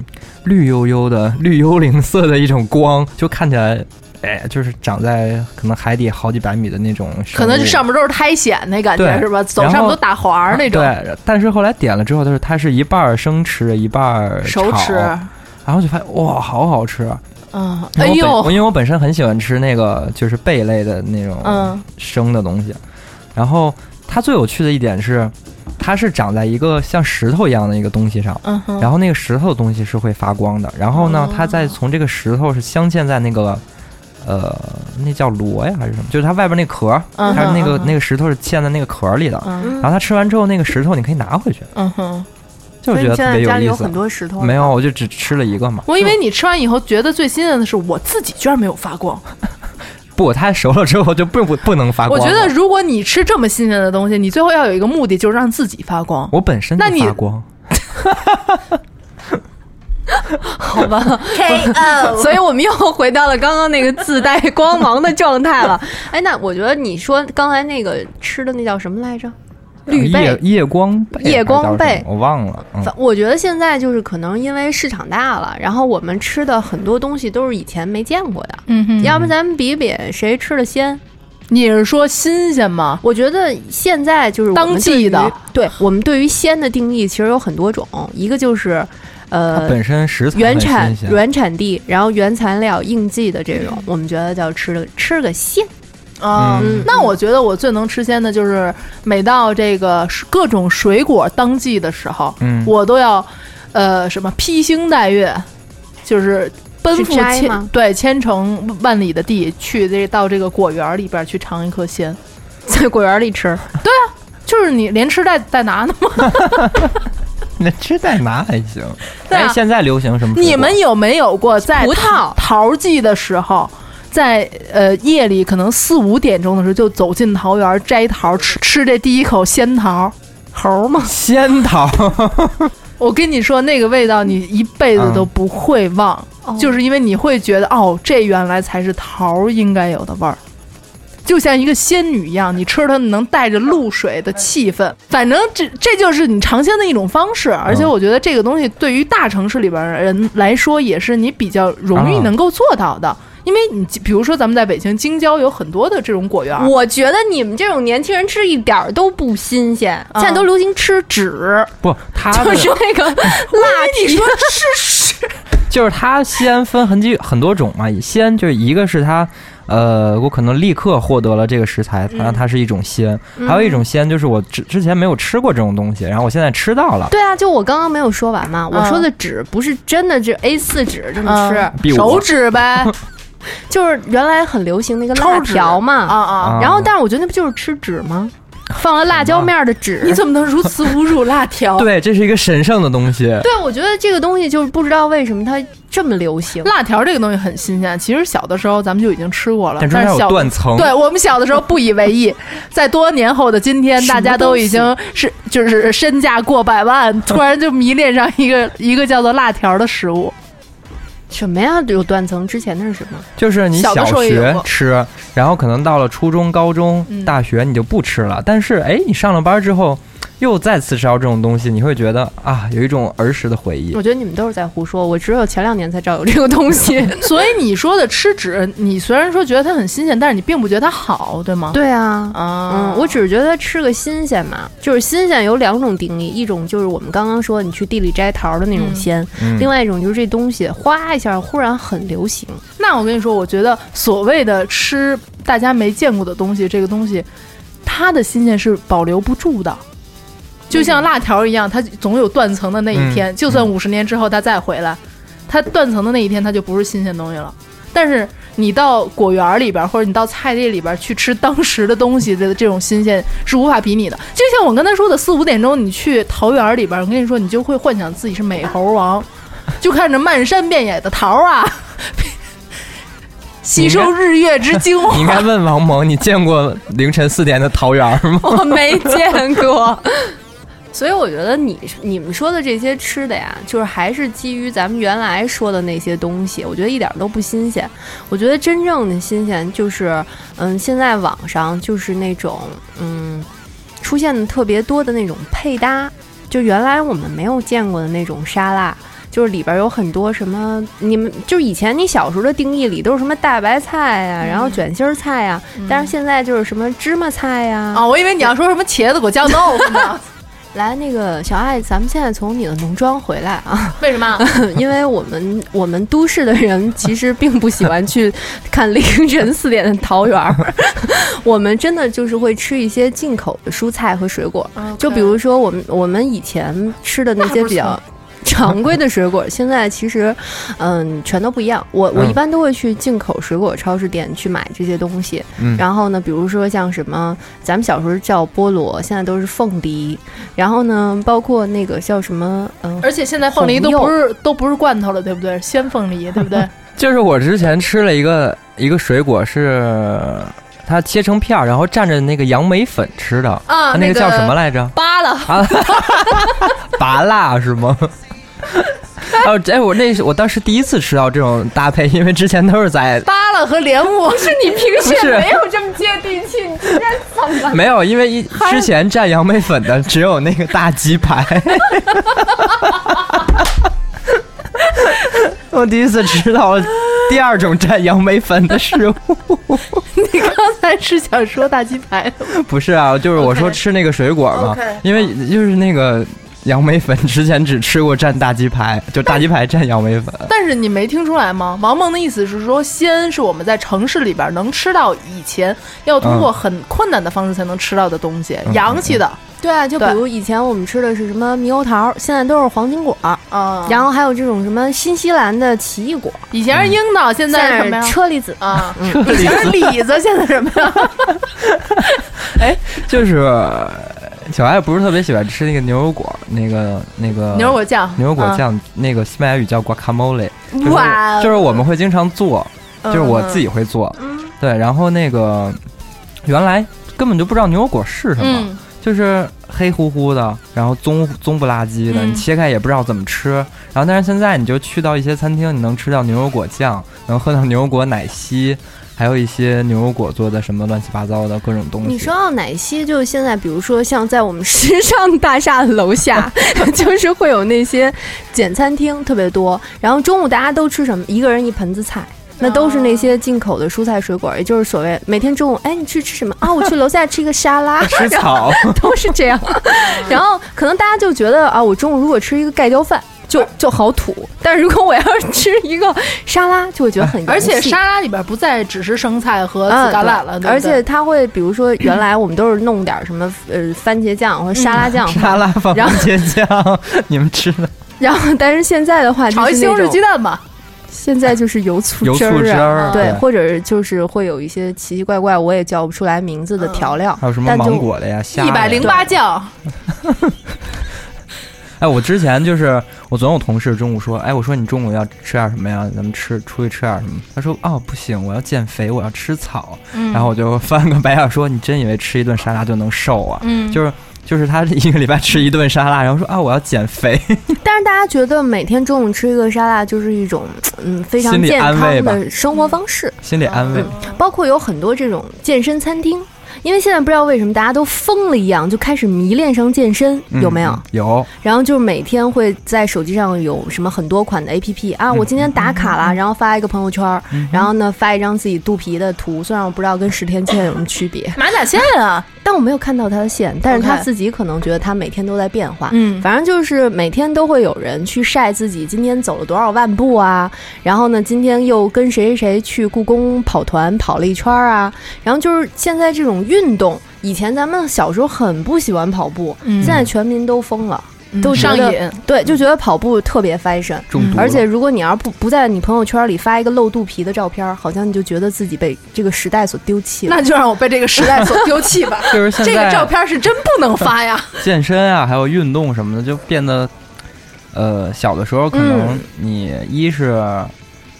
[SPEAKER 4] 绿油油的绿幽灵色的一种光，就看起来。哎，就是长在可能海底好几百米的那种生物，
[SPEAKER 5] 可能就上面都是苔藓那感觉
[SPEAKER 4] 对
[SPEAKER 5] 是吧？走
[SPEAKER 4] 然
[SPEAKER 5] 上面
[SPEAKER 4] 后
[SPEAKER 5] 都打滑儿那种。
[SPEAKER 4] 对，但是后来点了之后，就是它是一半儿生吃，一半儿
[SPEAKER 5] 熟
[SPEAKER 4] 呃炒
[SPEAKER 5] 吃
[SPEAKER 4] 然后就发现哇，好好吃！啊
[SPEAKER 5] 嗯，
[SPEAKER 4] 因
[SPEAKER 5] 哎
[SPEAKER 4] 为我本
[SPEAKER 5] 呦，
[SPEAKER 4] 因为我本身很喜欢吃那个就是贝类的那种
[SPEAKER 5] 嗯
[SPEAKER 4] 生的东西，然后它最有趣的一点是，它是长在一个像石头一样的一个东西上，
[SPEAKER 5] 嗯哼哦
[SPEAKER 4] 然后那个石头的东西是会发光的，然后呢，它再从这个石头是镶嵌在那个。呃，那叫螺呀还是什么？就是它外边那壳儿，
[SPEAKER 5] 嗯哼
[SPEAKER 4] 它那个
[SPEAKER 5] 嗯哼
[SPEAKER 4] 那个石头是嵌在那个壳儿里的。
[SPEAKER 5] 嗯
[SPEAKER 4] 然后它吃完之后，那个石头你可以拿回去，
[SPEAKER 5] 嗯哼，
[SPEAKER 4] 就觉得特别有意思。
[SPEAKER 3] 石
[SPEAKER 4] 没有，我就只吃了一个嘛。
[SPEAKER 5] 我以为你吃完以后觉得最新鲜的是我自己居然没有发光。
[SPEAKER 4] 不，它熟了之后就不不不能发
[SPEAKER 5] 我
[SPEAKER 4] 光了。
[SPEAKER 5] 觉得如果你吃这么新鲜的东西，你最后要有一 个目的，就是让自己发光。
[SPEAKER 4] 我本身就
[SPEAKER 5] 那你
[SPEAKER 4] 发光，
[SPEAKER 5] 好吧
[SPEAKER 9] KO
[SPEAKER 5] 所以我们又回到了刚刚那个自带光芒的状态了。哎，那我觉得你说刚才那个吃的那叫什么来着？绿
[SPEAKER 4] 呃夜
[SPEAKER 5] 贝。
[SPEAKER 4] 夜光贝，
[SPEAKER 5] 夜光贝
[SPEAKER 4] 还是叫什么我忘了。嗯
[SPEAKER 5] 反我觉得现在就是可能因为市场大了，然后我们吃的很多东西都是以前没见过的。
[SPEAKER 3] 嗯哼
[SPEAKER 5] 要不咱们比比谁吃的鲜？
[SPEAKER 3] 你是说新鲜吗？
[SPEAKER 5] 我觉得现在就是我们
[SPEAKER 3] 当季的
[SPEAKER 5] 对于，对我们对于鲜的定义其实有很多种，一个就是呃
[SPEAKER 4] 它本身食材
[SPEAKER 5] 原
[SPEAKER 4] 很
[SPEAKER 5] 产
[SPEAKER 4] 新鲜
[SPEAKER 5] 原产地，然后原材料应季的这种，我们觉得叫吃的吃个鲜。
[SPEAKER 3] 啊、
[SPEAKER 5] 嗯
[SPEAKER 3] 那我觉得我最能吃鲜的就是每到这个水各种水果当季的时候，
[SPEAKER 4] 嗯
[SPEAKER 3] 我都要呃什么披星戴月，就是奔赴
[SPEAKER 5] 去摘
[SPEAKER 3] 千
[SPEAKER 5] 吗
[SPEAKER 3] 对千城万里的地去这到这个果园里边去尝一颗鲜，
[SPEAKER 5] 在果园里吃。
[SPEAKER 3] 对啊，就是你连吃带带拿呢吗？
[SPEAKER 4] 那吃代拿还行。
[SPEAKER 3] 对啊
[SPEAKER 4] 哎，现在流行什么水果？
[SPEAKER 3] 你们有没有过在
[SPEAKER 5] 葡萄
[SPEAKER 3] 桃季的时候，在呃夜里可能四五点钟的时候就走进桃园摘桃吃吃这第一口鲜桃，猴吗？
[SPEAKER 4] 仙桃，
[SPEAKER 3] 我跟你说那个味道你一辈子都不会忘，
[SPEAKER 5] 嗯
[SPEAKER 3] 就是因为你会觉得哦，这原来才是桃应该有的味儿。就像一个仙女一样，你吃它能带着露水的气
[SPEAKER 5] 嗯
[SPEAKER 3] 氛，反正这这就是你尝鲜的一种方
[SPEAKER 4] 嗯
[SPEAKER 3] 式。而且我觉得这个东西对于大城市里边的人来说，也是你比较容易
[SPEAKER 5] 啊
[SPEAKER 3] 能够做到的。因为你比如说咱们在北京京郊有很多的这种果园，
[SPEAKER 5] 我觉得你们这种年轻人吃一点儿都不新鲜，
[SPEAKER 3] 嗯
[SPEAKER 5] 现在都 流行吃纸，
[SPEAKER 4] 不，它的
[SPEAKER 5] 就是那个辣皮。你说吃屎？
[SPEAKER 4] 就是它鲜分很几很多种嘛，鲜就是一个是它，呃，我可能立刻获得了这个食材，它
[SPEAKER 5] 嗯
[SPEAKER 4] 它是一种鲜；
[SPEAKER 5] 嗯
[SPEAKER 4] 还有一种鲜就是我之之前没有吃过这种东西，然后我现在吃到了。
[SPEAKER 5] 对啊，就我刚刚没有说完嘛，我
[SPEAKER 3] 嗯
[SPEAKER 5] 说的纸不是真的这 A 四纸这么
[SPEAKER 4] 比
[SPEAKER 5] 吃，
[SPEAKER 4] 我手
[SPEAKER 3] 指呗，
[SPEAKER 5] 就是原来很流行那个辣条嘛，啊
[SPEAKER 3] 啊
[SPEAKER 5] 然后但是我觉得那不就是吃纸吗？放了辣椒面的纸，
[SPEAKER 3] 你怎么能如此侮辱辣条？
[SPEAKER 4] 对，这是一个神圣的东西。
[SPEAKER 5] 对，我觉得这个东西就是不知道为什么它这么流行。
[SPEAKER 3] 辣条这个东西很新鲜，其实小的时候咱们就已经吃过了，
[SPEAKER 4] 但
[SPEAKER 3] 但
[SPEAKER 4] 中间有
[SPEAKER 3] 是小
[SPEAKER 4] 断层
[SPEAKER 3] 对我们小的时候不以为意，在多年后的今天，大家都已经是就是身价过百万，突然就迷恋上一个 一个叫做辣条的食物。
[SPEAKER 5] 什么呀？有断层？之前那是什么？
[SPEAKER 4] 就是你
[SPEAKER 3] 小的
[SPEAKER 4] 小
[SPEAKER 3] 时候也有
[SPEAKER 4] 学
[SPEAKER 3] 过
[SPEAKER 4] 吃，然后可能到了初中、高中
[SPEAKER 3] 嗯、
[SPEAKER 4] 大学你就不吃了，但是哎，你上了班之后又再次吃到这种东西，你会觉得啊，有一种儿时的回忆
[SPEAKER 5] 我。觉得你们都是在胡说，我只有前两年才知道有这个东 西。
[SPEAKER 3] 所以你说的吃纸，你虽然说觉得它很新鲜，但是你并不觉得它好，对吗？
[SPEAKER 5] 对啊，
[SPEAKER 3] 啊
[SPEAKER 5] 嗯，我只是觉得吃个新鲜嘛，就是新鲜有两种定义，一种就是我们刚刚说你去地里摘桃的那种鲜，
[SPEAKER 3] 嗯
[SPEAKER 5] 另外一种就是这东西哗一下忽然很流行，
[SPEAKER 3] 那我跟你说，我觉得所谓的吃大家没见过的东西，这个东西它的新鲜是保留不住的，就像辣条一样，它总有断层的那一天。
[SPEAKER 5] 嗯
[SPEAKER 3] 就算五十年之后它再回来，它断层的那一天它就不是新鲜东西了。但是你到果园里边，或者你到菜地里边去吃当时的东西的这种新鲜是无法比拟的。就像我刚才说的，四五点钟你去桃园里边，我跟你说，你就会幻想自己是美猴王， 就看着漫山遍野的桃啊， 吸收日月之精华。
[SPEAKER 4] 你应该问王蒙，你见过凌晨四点的桃园吗？
[SPEAKER 5] 我没见过。所以我觉得你你们说的这些吃的呀，就是还是基于咱们原来说的那些东西，我觉得一点都不新鲜。我觉得真正的新鲜就是，嗯，现在网上就是那种嗯出现的特别多的那种配搭，就原来我们没有见过的那种沙拉。就是里边有很多什么，你们就是以前你小时候的定义里都是什么大白菜呀、然后卷心儿菜呀、但是现在就是什么芝麻菜呀、
[SPEAKER 3] 啊，我以为你要说什么茄子果酱豆腐呢？
[SPEAKER 5] 来，那个小爱，咱们现在从你的农庄回来啊，
[SPEAKER 3] 为什么？
[SPEAKER 5] 因为我们我们都市的人其实并不喜欢去看凌晨四点的桃园儿， 我们真的就是会吃一些进口的蔬菜和水果
[SPEAKER 10] 嗯
[SPEAKER 3] OK
[SPEAKER 5] 就比如说我们我们以前吃的那些比
[SPEAKER 3] 那
[SPEAKER 5] 较
[SPEAKER 3] 不。
[SPEAKER 5] 常规的水果，现在其实，嗯，全都不一样。我我
[SPEAKER 3] 嗯
[SPEAKER 5] 一般都会去进口水果超市店去买这些东西。
[SPEAKER 3] 嗯
[SPEAKER 5] 然后呢，比如说像什么，咱们小时候叫菠萝，现在都是凤梨。然后呢，包括那个叫什么，嗯、
[SPEAKER 3] 而且现在凤梨都
[SPEAKER 5] 红
[SPEAKER 3] 不
[SPEAKER 5] 柚
[SPEAKER 3] 是都不是罐头了，对不对？鲜凤梨，对 不对？
[SPEAKER 4] 就是我之前吃了一个一个水果是。它切成片儿，然后蘸着那个杨梅粉吃的
[SPEAKER 3] 啊
[SPEAKER 4] 它那
[SPEAKER 3] 那
[SPEAKER 4] 个
[SPEAKER 3] 个
[SPEAKER 4] 叫什么来着？
[SPEAKER 3] 扒拉
[SPEAKER 4] 啊，拔蜡是吗？哦，哎，我那是我当时第一次吃到这种搭配，因为之前都是在
[SPEAKER 5] 扒拉和莲雾。
[SPEAKER 10] 不是你平
[SPEAKER 4] 不
[SPEAKER 10] 时
[SPEAKER 4] 是
[SPEAKER 10] 没有这么接地气，你今 天怎么了？
[SPEAKER 4] 没有，因为一
[SPEAKER 10] 嗨
[SPEAKER 4] 之前蘸杨梅粉的只有那个大鸡排。 我第一次吃到了第二种蘸杨梅粉的食物，
[SPEAKER 5] 你刚才是想说大鸡排的吗？
[SPEAKER 4] 不是啊，就是我说吃那个水果嘛
[SPEAKER 5] OK
[SPEAKER 4] 因为就是那个杨梅粉之前只吃过蘸大鸡排，就大鸡排蘸杨梅粉。
[SPEAKER 3] 但是你没听出来吗？王梦的意思是说，西安是我们在城市里边能吃到以前要通过
[SPEAKER 4] 嗯
[SPEAKER 3] 很困难的方式才能吃到的东西，
[SPEAKER 4] 嗯
[SPEAKER 3] 洋气的。
[SPEAKER 5] 对啊，就比如以前我们吃的是什么猕猴桃，现在都是黄金果
[SPEAKER 10] 嗯
[SPEAKER 3] 啊
[SPEAKER 5] 然后还有这种什么新西兰的奇异果，
[SPEAKER 3] 以前
[SPEAKER 4] 嗯
[SPEAKER 3] 是樱桃，现在是什么呀？
[SPEAKER 5] 车厘子
[SPEAKER 3] 啊，
[SPEAKER 5] 以前 是李子，现在什么呀？
[SPEAKER 4] 就是呃小爱不是特别喜欢吃那个牛油果，那个那个
[SPEAKER 3] 牛油果酱
[SPEAKER 4] 呃牛油果酱、那个西班牙语叫 guacamole，就是
[SPEAKER 3] 哇哦
[SPEAKER 4] 就是我们会经常做，
[SPEAKER 3] 嗯
[SPEAKER 4] 就是我自己会做，对，然后那个原来根本就不知道牛油果是什么，
[SPEAKER 3] 嗯
[SPEAKER 4] 就是黑乎乎的，然后棕棕不拉几的，
[SPEAKER 3] 嗯
[SPEAKER 4] 你切开也不知道怎么吃，然后但是现在你就去到一些餐厅，你能吃到牛油果酱，能喝到牛油果奶昔。还有一些牛油果做的什么乱七八糟的各种东西，
[SPEAKER 5] 你说到奶昔，就现在，比如说像在我们时尚大厦楼下， 就是会有那些简餐厅特别多。然后中午大家都吃什么？一个人一盆子菜，那都是那些进口的蔬菜水果，也就是所谓每天中午，哎，你去吃什么啊？我去楼下吃一个沙拉，
[SPEAKER 4] 吃草
[SPEAKER 5] 都是 这样。然后可能大家就觉得啊，我中午如果吃一个盖浇饭。 就就好土，但如果我要是吃一个沙拉，就会觉得很
[SPEAKER 3] 而且
[SPEAKER 5] 洋气
[SPEAKER 3] 沙拉里边不再只是生菜和紫
[SPEAKER 5] 啊，
[SPEAKER 3] 甘蓝嗯了，对不
[SPEAKER 5] 对
[SPEAKER 3] 对
[SPEAKER 5] 而且它会，比如说原来我们都是弄点什么呃番茄酱或者沙拉酱，
[SPEAKER 3] 嗯
[SPEAKER 4] 沙拉放番茄酱， 你们吃 的
[SPEAKER 5] 然后但是现在的话，
[SPEAKER 3] 炒一西红柿鸡
[SPEAKER 5] 蛋。
[SPEAKER 3] 蛋吧。
[SPEAKER 5] 现在就是油醋
[SPEAKER 4] 油醋
[SPEAKER 5] 汁儿、啊，
[SPEAKER 4] 汁儿嗯
[SPEAKER 5] 对，
[SPEAKER 4] 对
[SPEAKER 5] 或者就是会有一些奇奇怪怪我也叫不出来名字的调料，
[SPEAKER 4] 嗯还有什么
[SPEAKER 5] 但就
[SPEAKER 4] 芒果的呀虾的
[SPEAKER 3] 一
[SPEAKER 4] 呀
[SPEAKER 3] 百零八酱，
[SPEAKER 4] 哎，我之前就是我总有同事中午说，哎，我说你中午要吃点什么呀？咱们吃出去吃点什么？他说哦不行，我要减肥，我要吃草。
[SPEAKER 3] 嗯
[SPEAKER 4] 然后我就翻个白眼说，你真以为吃一顿沙拉就能瘦啊？
[SPEAKER 5] 嗯
[SPEAKER 4] 就是就是他一个礼拜吃一顿沙拉，然后说啊我要减肥，
[SPEAKER 5] 但是大家觉得每天中午吃一个沙拉就是一种嗯非常
[SPEAKER 4] 心理
[SPEAKER 5] 健
[SPEAKER 4] 安慰
[SPEAKER 5] 康
[SPEAKER 4] 吧
[SPEAKER 5] 的生活方式，
[SPEAKER 4] 心理安
[SPEAKER 3] 哦
[SPEAKER 4] 慰。
[SPEAKER 5] 包括有很多这种健身餐厅，因为现在不知道为什么大家都疯了一样，就开始迷恋上健身，
[SPEAKER 4] 嗯
[SPEAKER 5] 有没有？
[SPEAKER 4] 嗯有。
[SPEAKER 5] 然后就是每天会在手机上有什么很多款的 APP
[SPEAKER 4] 嗯
[SPEAKER 5] 啊，我今天打卡啦，然后发一个朋友圈儿，然后呢发一张自己肚皮的图，虽然我不知道跟十天线有什么区别，
[SPEAKER 3] 马甲线啊，
[SPEAKER 5] 但我没有看到他的线，但是他
[SPEAKER 3] OK
[SPEAKER 5] 自己可能觉得他每天都在变化，
[SPEAKER 3] 嗯
[SPEAKER 5] 反正就是每天都会有人去晒自己今天走了多少万步啊，然后呢今天又跟谁谁谁去故宫跑团跑了一圈儿啊，然后就是现在这种运动，以前咱们小时候很不喜欢跑步，
[SPEAKER 3] 嗯
[SPEAKER 5] 现在全民都疯了。都觉
[SPEAKER 3] 上
[SPEAKER 5] 得
[SPEAKER 3] 瘾，
[SPEAKER 5] 对，就觉得跑步特别 fashion，
[SPEAKER 4] 中毒了。
[SPEAKER 5] 而且如果你要是不不在你朋友圈里发一个露肚皮的照片儿，好像你就觉得自己被这个时代所丢弃了。
[SPEAKER 3] 那就让我被这个时代所丢弃 吧
[SPEAKER 4] 就是现在
[SPEAKER 3] 这个照片是真不能发呀。
[SPEAKER 4] 健身啊，还有运动什么的，就变得，呃，小的时候可能
[SPEAKER 3] 嗯
[SPEAKER 4] 你一是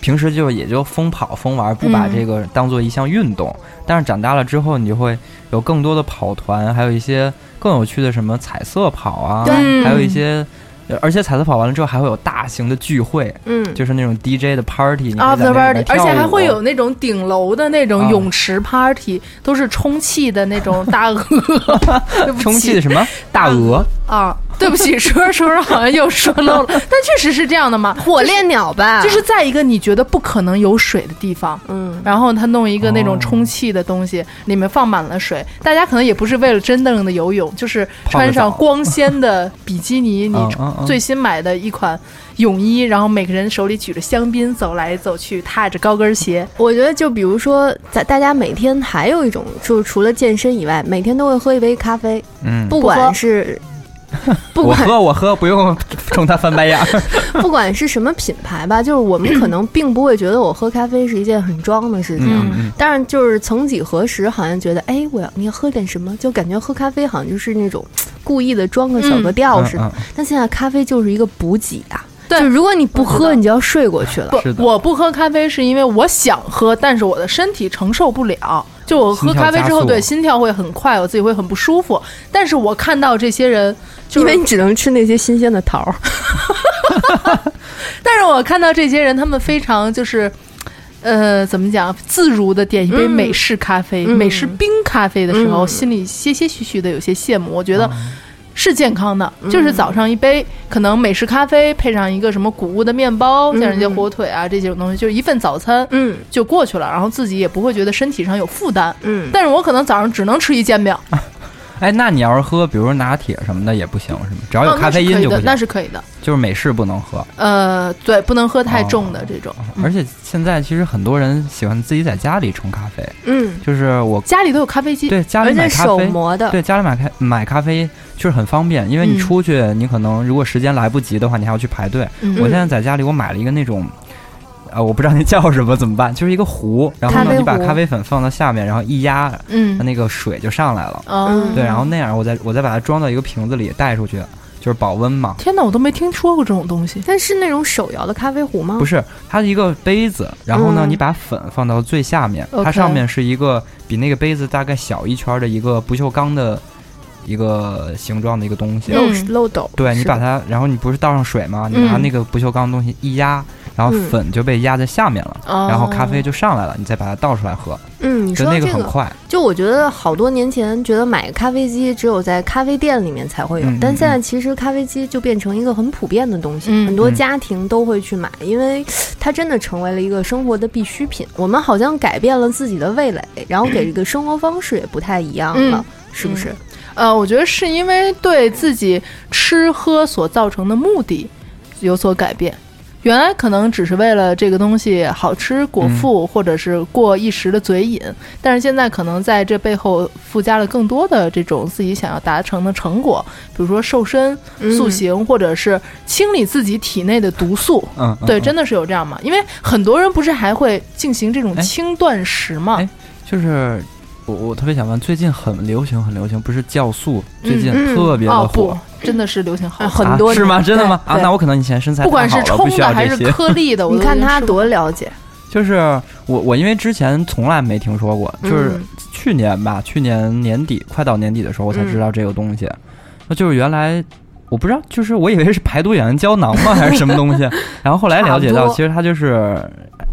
[SPEAKER 4] 平时就也就疯跑疯玩，不把
[SPEAKER 3] 嗯
[SPEAKER 4] 这个当做一项运动，但是长大了之后，你就会有更多的跑团，还有一些更有趣的什么彩色跑啊
[SPEAKER 3] 对，
[SPEAKER 4] 还有一些。呃而且彩色跑完了之后，还会有大型的聚会，
[SPEAKER 3] 嗯
[SPEAKER 4] 就是那种 DJ 的 party，你可以在
[SPEAKER 3] After
[SPEAKER 4] 那里面
[SPEAKER 3] party，而且
[SPEAKER 4] 跳
[SPEAKER 3] 还
[SPEAKER 4] 舞
[SPEAKER 3] 会有那种顶楼的那种
[SPEAKER 4] 啊
[SPEAKER 3] 泳池 party，、都是充气的那种大鹅。 对不起
[SPEAKER 4] 充气的什么大鹅，
[SPEAKER 3] 啊，对不起， 说着说着好像又说 漏了，但确实是这样的嘛。
[SPEAKER 5] 火烈鸟吧
[SPEAKER 3] 就是在一个你觉得不可能有水的地方，
[SPEAKER 5] 嗯，
[SPEAKER 3] 然后他弄一个那种充气的东西，里面放满了水。大家可能也不是为了真正的游泳，就是
[SPEAKER 4] 泡
[SPEAKER 3] 穿
[SPEAKER 4] 个
[SPEAKER 3] 上
[SPEAKER 4] 澡
[SPEAKER 3] 光鲜的比基尼，你
[SPEAKER 4] 嗯嗯嗯
[SPEAKER 3] 最新买的一款泳衣，然后每个人手里举着香槟走来走去，踏着高跟鞋。
[SPEAKER 5] 我觉得就比如说，在大家每天还有一种，就是除了健身以外，每天都会喝一杯咖啡，
[SPEAKER 4] 嗯
[SPEAKER 5] 不管是 不
[SPEAKER 4] 我
[SPEAKER 5] 管
[SPEAKER 4] 喝我喝，不用冲他翻白眼儿。
[SPEAKER 5] 不管是什么品牌吧，就是我们可能并不会觉得我喝咖啡是一件很装的事情，
[SPEAKER 4] 嗯嗯
[SPEAKER 5] 但是就是曾几何时，好像觉得哎，我要你要喝点什么，就感觉喝咖啡好像就是那种嘖故意的装个小格调似的。
[SPEAKER 3] 嗯嗯嗯
[SPEAKER 5] 但现在咖啡就是一个补给啊，对，就如果你不喝，你就要睡过去了。
[SPEAKER 3] 不，我不喝咖啡是因为我想喝，但是我的身体承受不了。就我喝
[SPEAKER 5] 心跳
[SPEAKER 3] 咖啡之后，
[SPEAKER 5] 加速
[SPEAKER 3] 对心跳会很快，我自己会很不舒服。但是我看到这些人，就
[SPEAKER 5] 因为你只能吃那些新鲜的桃儿，
[SPEAKER 3] 但是我看到这些人，他们非常就是。呃，怎么讲？自如的点一杯
[SPEAKER 5] 嗯
[SPEAKER 3] 美式咖啡、
[SPEAKER 5] 嗯
[SPEAKER 3] 美式冰咖啡的时候，
[SPEAKER 5] 嗯
[SPEAKER 3] 心里些些许许的有些羡慕。我觉得是健康的，
[SPEAKER 5] 嗯
[SPEAKER 3] 就是早上一杯可能美式咖啡配上一个什么谷物的面包，像人家火腿啊这些种东西，就是一份早餐，
[SPEAKER 5] 嗯，
[SPEAKER 3] 就过去了，然后自己也不会觉得身体上有负担，
[SPEAKER 5] 嗯。
[SPEAKER 3] 但是我可能早上只能吃一煎饼，
[SPEAKER 4] 哎，那你要是喝，比如拿铁什么的也不行，是吗？只要有
[SPEAKER 3] 哦
[SPEAKER 4] 咖啡因就不行，
[SPEAKER 3] 那是可以的，那是可以的。
[SPEAKER 4] 就是美式不能喝。
[SPEAKER 3] 呃，对，不能喝太重的这种，
[SPEAKER 4] 哦
[SPEAKER 3] 嗯
[SPEAKER 4] 而且现在其实很多人喜欢自己在家里冲咖啡，
[SPEAKER 3] 嗯
[SPEAKER 4] 就是我
[SPEAKER 3] 家里都有咖啡机，
[SPEAKER 4] 对家里买咖啡，对家里买咖买咖啡就是很方便，因为你
[SPEAKER 3] 嗯
[SPEAKER 4] 出去，你可能如果时间来不及的话，你还要去排队。
[SPEAKER 3] 嗯
[SPEAKER 4] 我现在在家里，我买了一个那种。啊，我不知道那叫什么，怎么办？就是一个壶，然后
[SPEAKER 3] 咖啡
[SPEAKER 4] 呢，你把
[SPEAKER 3] 壶
[SPEAKER 4] 咖啡粉放到下面，然后一压，
[SPEAKER 3] 嗯
[SPEAKER 4] 它那个水就上来了。
[SPEAKER 3] 哦
[SPEAKER 4] 对，然后那样，我再我再把它装到一个瓶子里带出去，就是保温嘛。
[SPEAKER 3] 天哪，我都没听说过这种东西。
[SPEAKER 5] 但是那种手摇的咖啡壶吗？
[SPEAKER 4] 不是，它是一个杯子，然后呢，
[SPEAKER 5] 嗯
[SPEAKER 4] 你把粉放到最下面，它
[SPEAKER 5] OK
[SPEAKER 4] 上面是一个比那个杯子大概小一圈儿的一个不锈钢的一个形状的一个东西，
[SPEAKER 5] 漏
[SPEAKER 3] 嗯
[SPEAKER 5] 漏斗。
[SPEAKER 4] 嗯对你
[SPEAKER 5] 是
[SPEAKER 4] 把
[SPEAKER 5] 吧
[SPEAKER 4] 它，然后你不是倒上水吗？你拿
[SPEAKER 5] 嗯
[SPEAKER 4] 那个不锈钢的东西一压，然后
[SPEAKER 5] 嗯
[SPEAKER 4] 粉就被压在下面了，
[SPEAKER 5] 哦
[SPEAKER 4] 然后咖啡就上来了，你再把它倒出来喝。
[SPEAKER 5] 嗯，你
[SPEAKER 4] 就
[SPEAKER 5] 说到
[SPEAKER 4] 那
[SPEAKER 5] 这
[SPEAKER 4] 个
[SPEAKER 5] 个
[SPEAKER 4] 很快。
[SPEAKER 5] 就我觉得好多年前觉得买个咖啡机只有在咖啡店里面才会有，
[SPEAKER 4] 嗯嗯
[SPEAKER 5] 但现在其实咖啡机就变成一个很普遍的东西，
[SPEAKER 3] 嗯
[SPEAKER 5] 很多
[SPEAKER 3] 嗯
[SPEAKER 5] 家庭都会去买，因为它真的成为了一个生活的必需品。我们好像改变了自己的味蕾，然后给这个生活方式也不太一样了，
[SPEAKER 3] 嗯
[SPEAKER 5] 是不是？
[SPEAKER 3] 呃，我觉得是因为对自己吃喝所造成的目的有所改变。原来可能只是为了这个东西好吃果
[SPEAKER 4] 嗯
[SPEAKER 3] 腹，或者是过一时的嘴瘾，但是现在可能在这背后附加了更多的这种自己想要达成的成果，比如说瘦身、
[SPEAKER 4] 嗯
[SPEAKER 3] 塑形，或者是清理自己体内的毒素。
[SPEAKER 4] 嗯嗯
[SPEAKER 3] 对，
[SPEAKER 4] 嗯
[SPEAKER 3] 真的是有这样嘛？因为很多人不是还会进行这种
[SPEAKER 4] 哎
[SPEAKER 3] 轻断食嘛？
[SPEAKER 4] 就是我我特别想问，最近很流行很流行，不是酵素最近
[SPEAKER 3] 嗯嗯
[SPEAKER 4] 特别的
[SPEAKER 3] 哦
[SPEAKER 4] 火
[SPEAKER 3] 不。，真的是流行好、
[SPEAKER 4] 啊是吗？真的吗？啊，那我可能以前身材
[SPEAKER 3] 不管
[SPEAKER 4] 太
[SPEAKER 3] 是
[SPEAKER 4] 好了
[SPEAKER 3] 冲
[SPEAKER 4] 不需
[SPEAKER 3] 的
[SPEAKER 4] 要
[SPEAKER 3] 还
[SPEAKER 4] 这
[SPEAKER 3] 是
[SPEAKER 4] 些。
[SPEAKER 3] 颗 粒的，我
[SPEAKER 5] 你
[SPEAKER 3] 都
[SPEAKER 5] 看
[SPEAKER 3] 能
[SPEAKER 5] 他
[SPEAKER 3] 吃
[SPEAKER 5] 多了解，
[SPEAKER 4] 就是我我因为之前从来没听说过，就是
[SPEAKER 5] 嗯
[SPEAKER 4] 去年吧，去年年底快到年底的时候，我才知道这个东西。那就是原来我不知道，就是我以为是排毒养颜胶囊吗，还是什么 东西？然后后来了解
[SPEAKER 11] 差不
[SPEAKER 4] 到，
[SPEAKER 11] 多
[SPEAKER 4] 其实它就是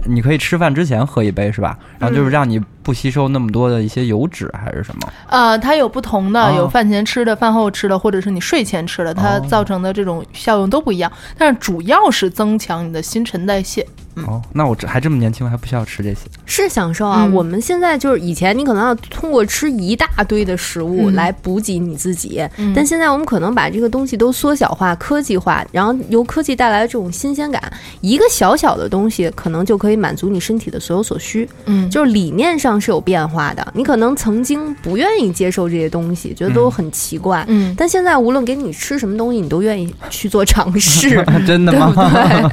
[SPEAKER 4] 你可以吃饭之前喝一杯，是吧？然后
[SPEAKER 5] 嗯
[SPEAKER 4] 就是让你不吸收那么多的一些油脂还是什么。
[SPEAKER 3] 呃，它有不同的，
[SPEAKER 4] 哦
[SPEAKER 3] 有饭前吃的、饭后吃的，或者是你睡前吃的，它
[SPEAKER 4] 哦
[SPEAKER 3] 造成的这种效用都不一样。但是主要是增强你的新陈代谢。
[SPEAKER 5] 嗯
[SPEAKER 4] 哦，那我这还这么年轻，还不需要吃这些。
[SPEAKER 5] 是享受啊！
[SPEAKER 3] 嗯
[SPEAKER 5] 我们现在就是以前你可能要通过吃一大堆的食物
[SPEAKER 3] 嗯
[SPEAKER 5] 来补给你自己，
[SPEAKER 3] 嗯
[SPEAKER 5] 但现在我们可能把这个东西都缩小化、科技化，然后由科技带来的这种新鲜感，一个小小的东西可能就可以满足你身体的所有所需。
[SPEAKER 3] 嗯，
[SPEAKER 5] 就是理念上是有变化的，你可能曾经不愿意接受这些东西，觉得都很奇怪，
[SPEAKER 3] 嗯
[SPEAKER 5] 但现在无论给你吃什么东西，你都愿意去做尝试，
[SPEAKER 4] 真 的吗？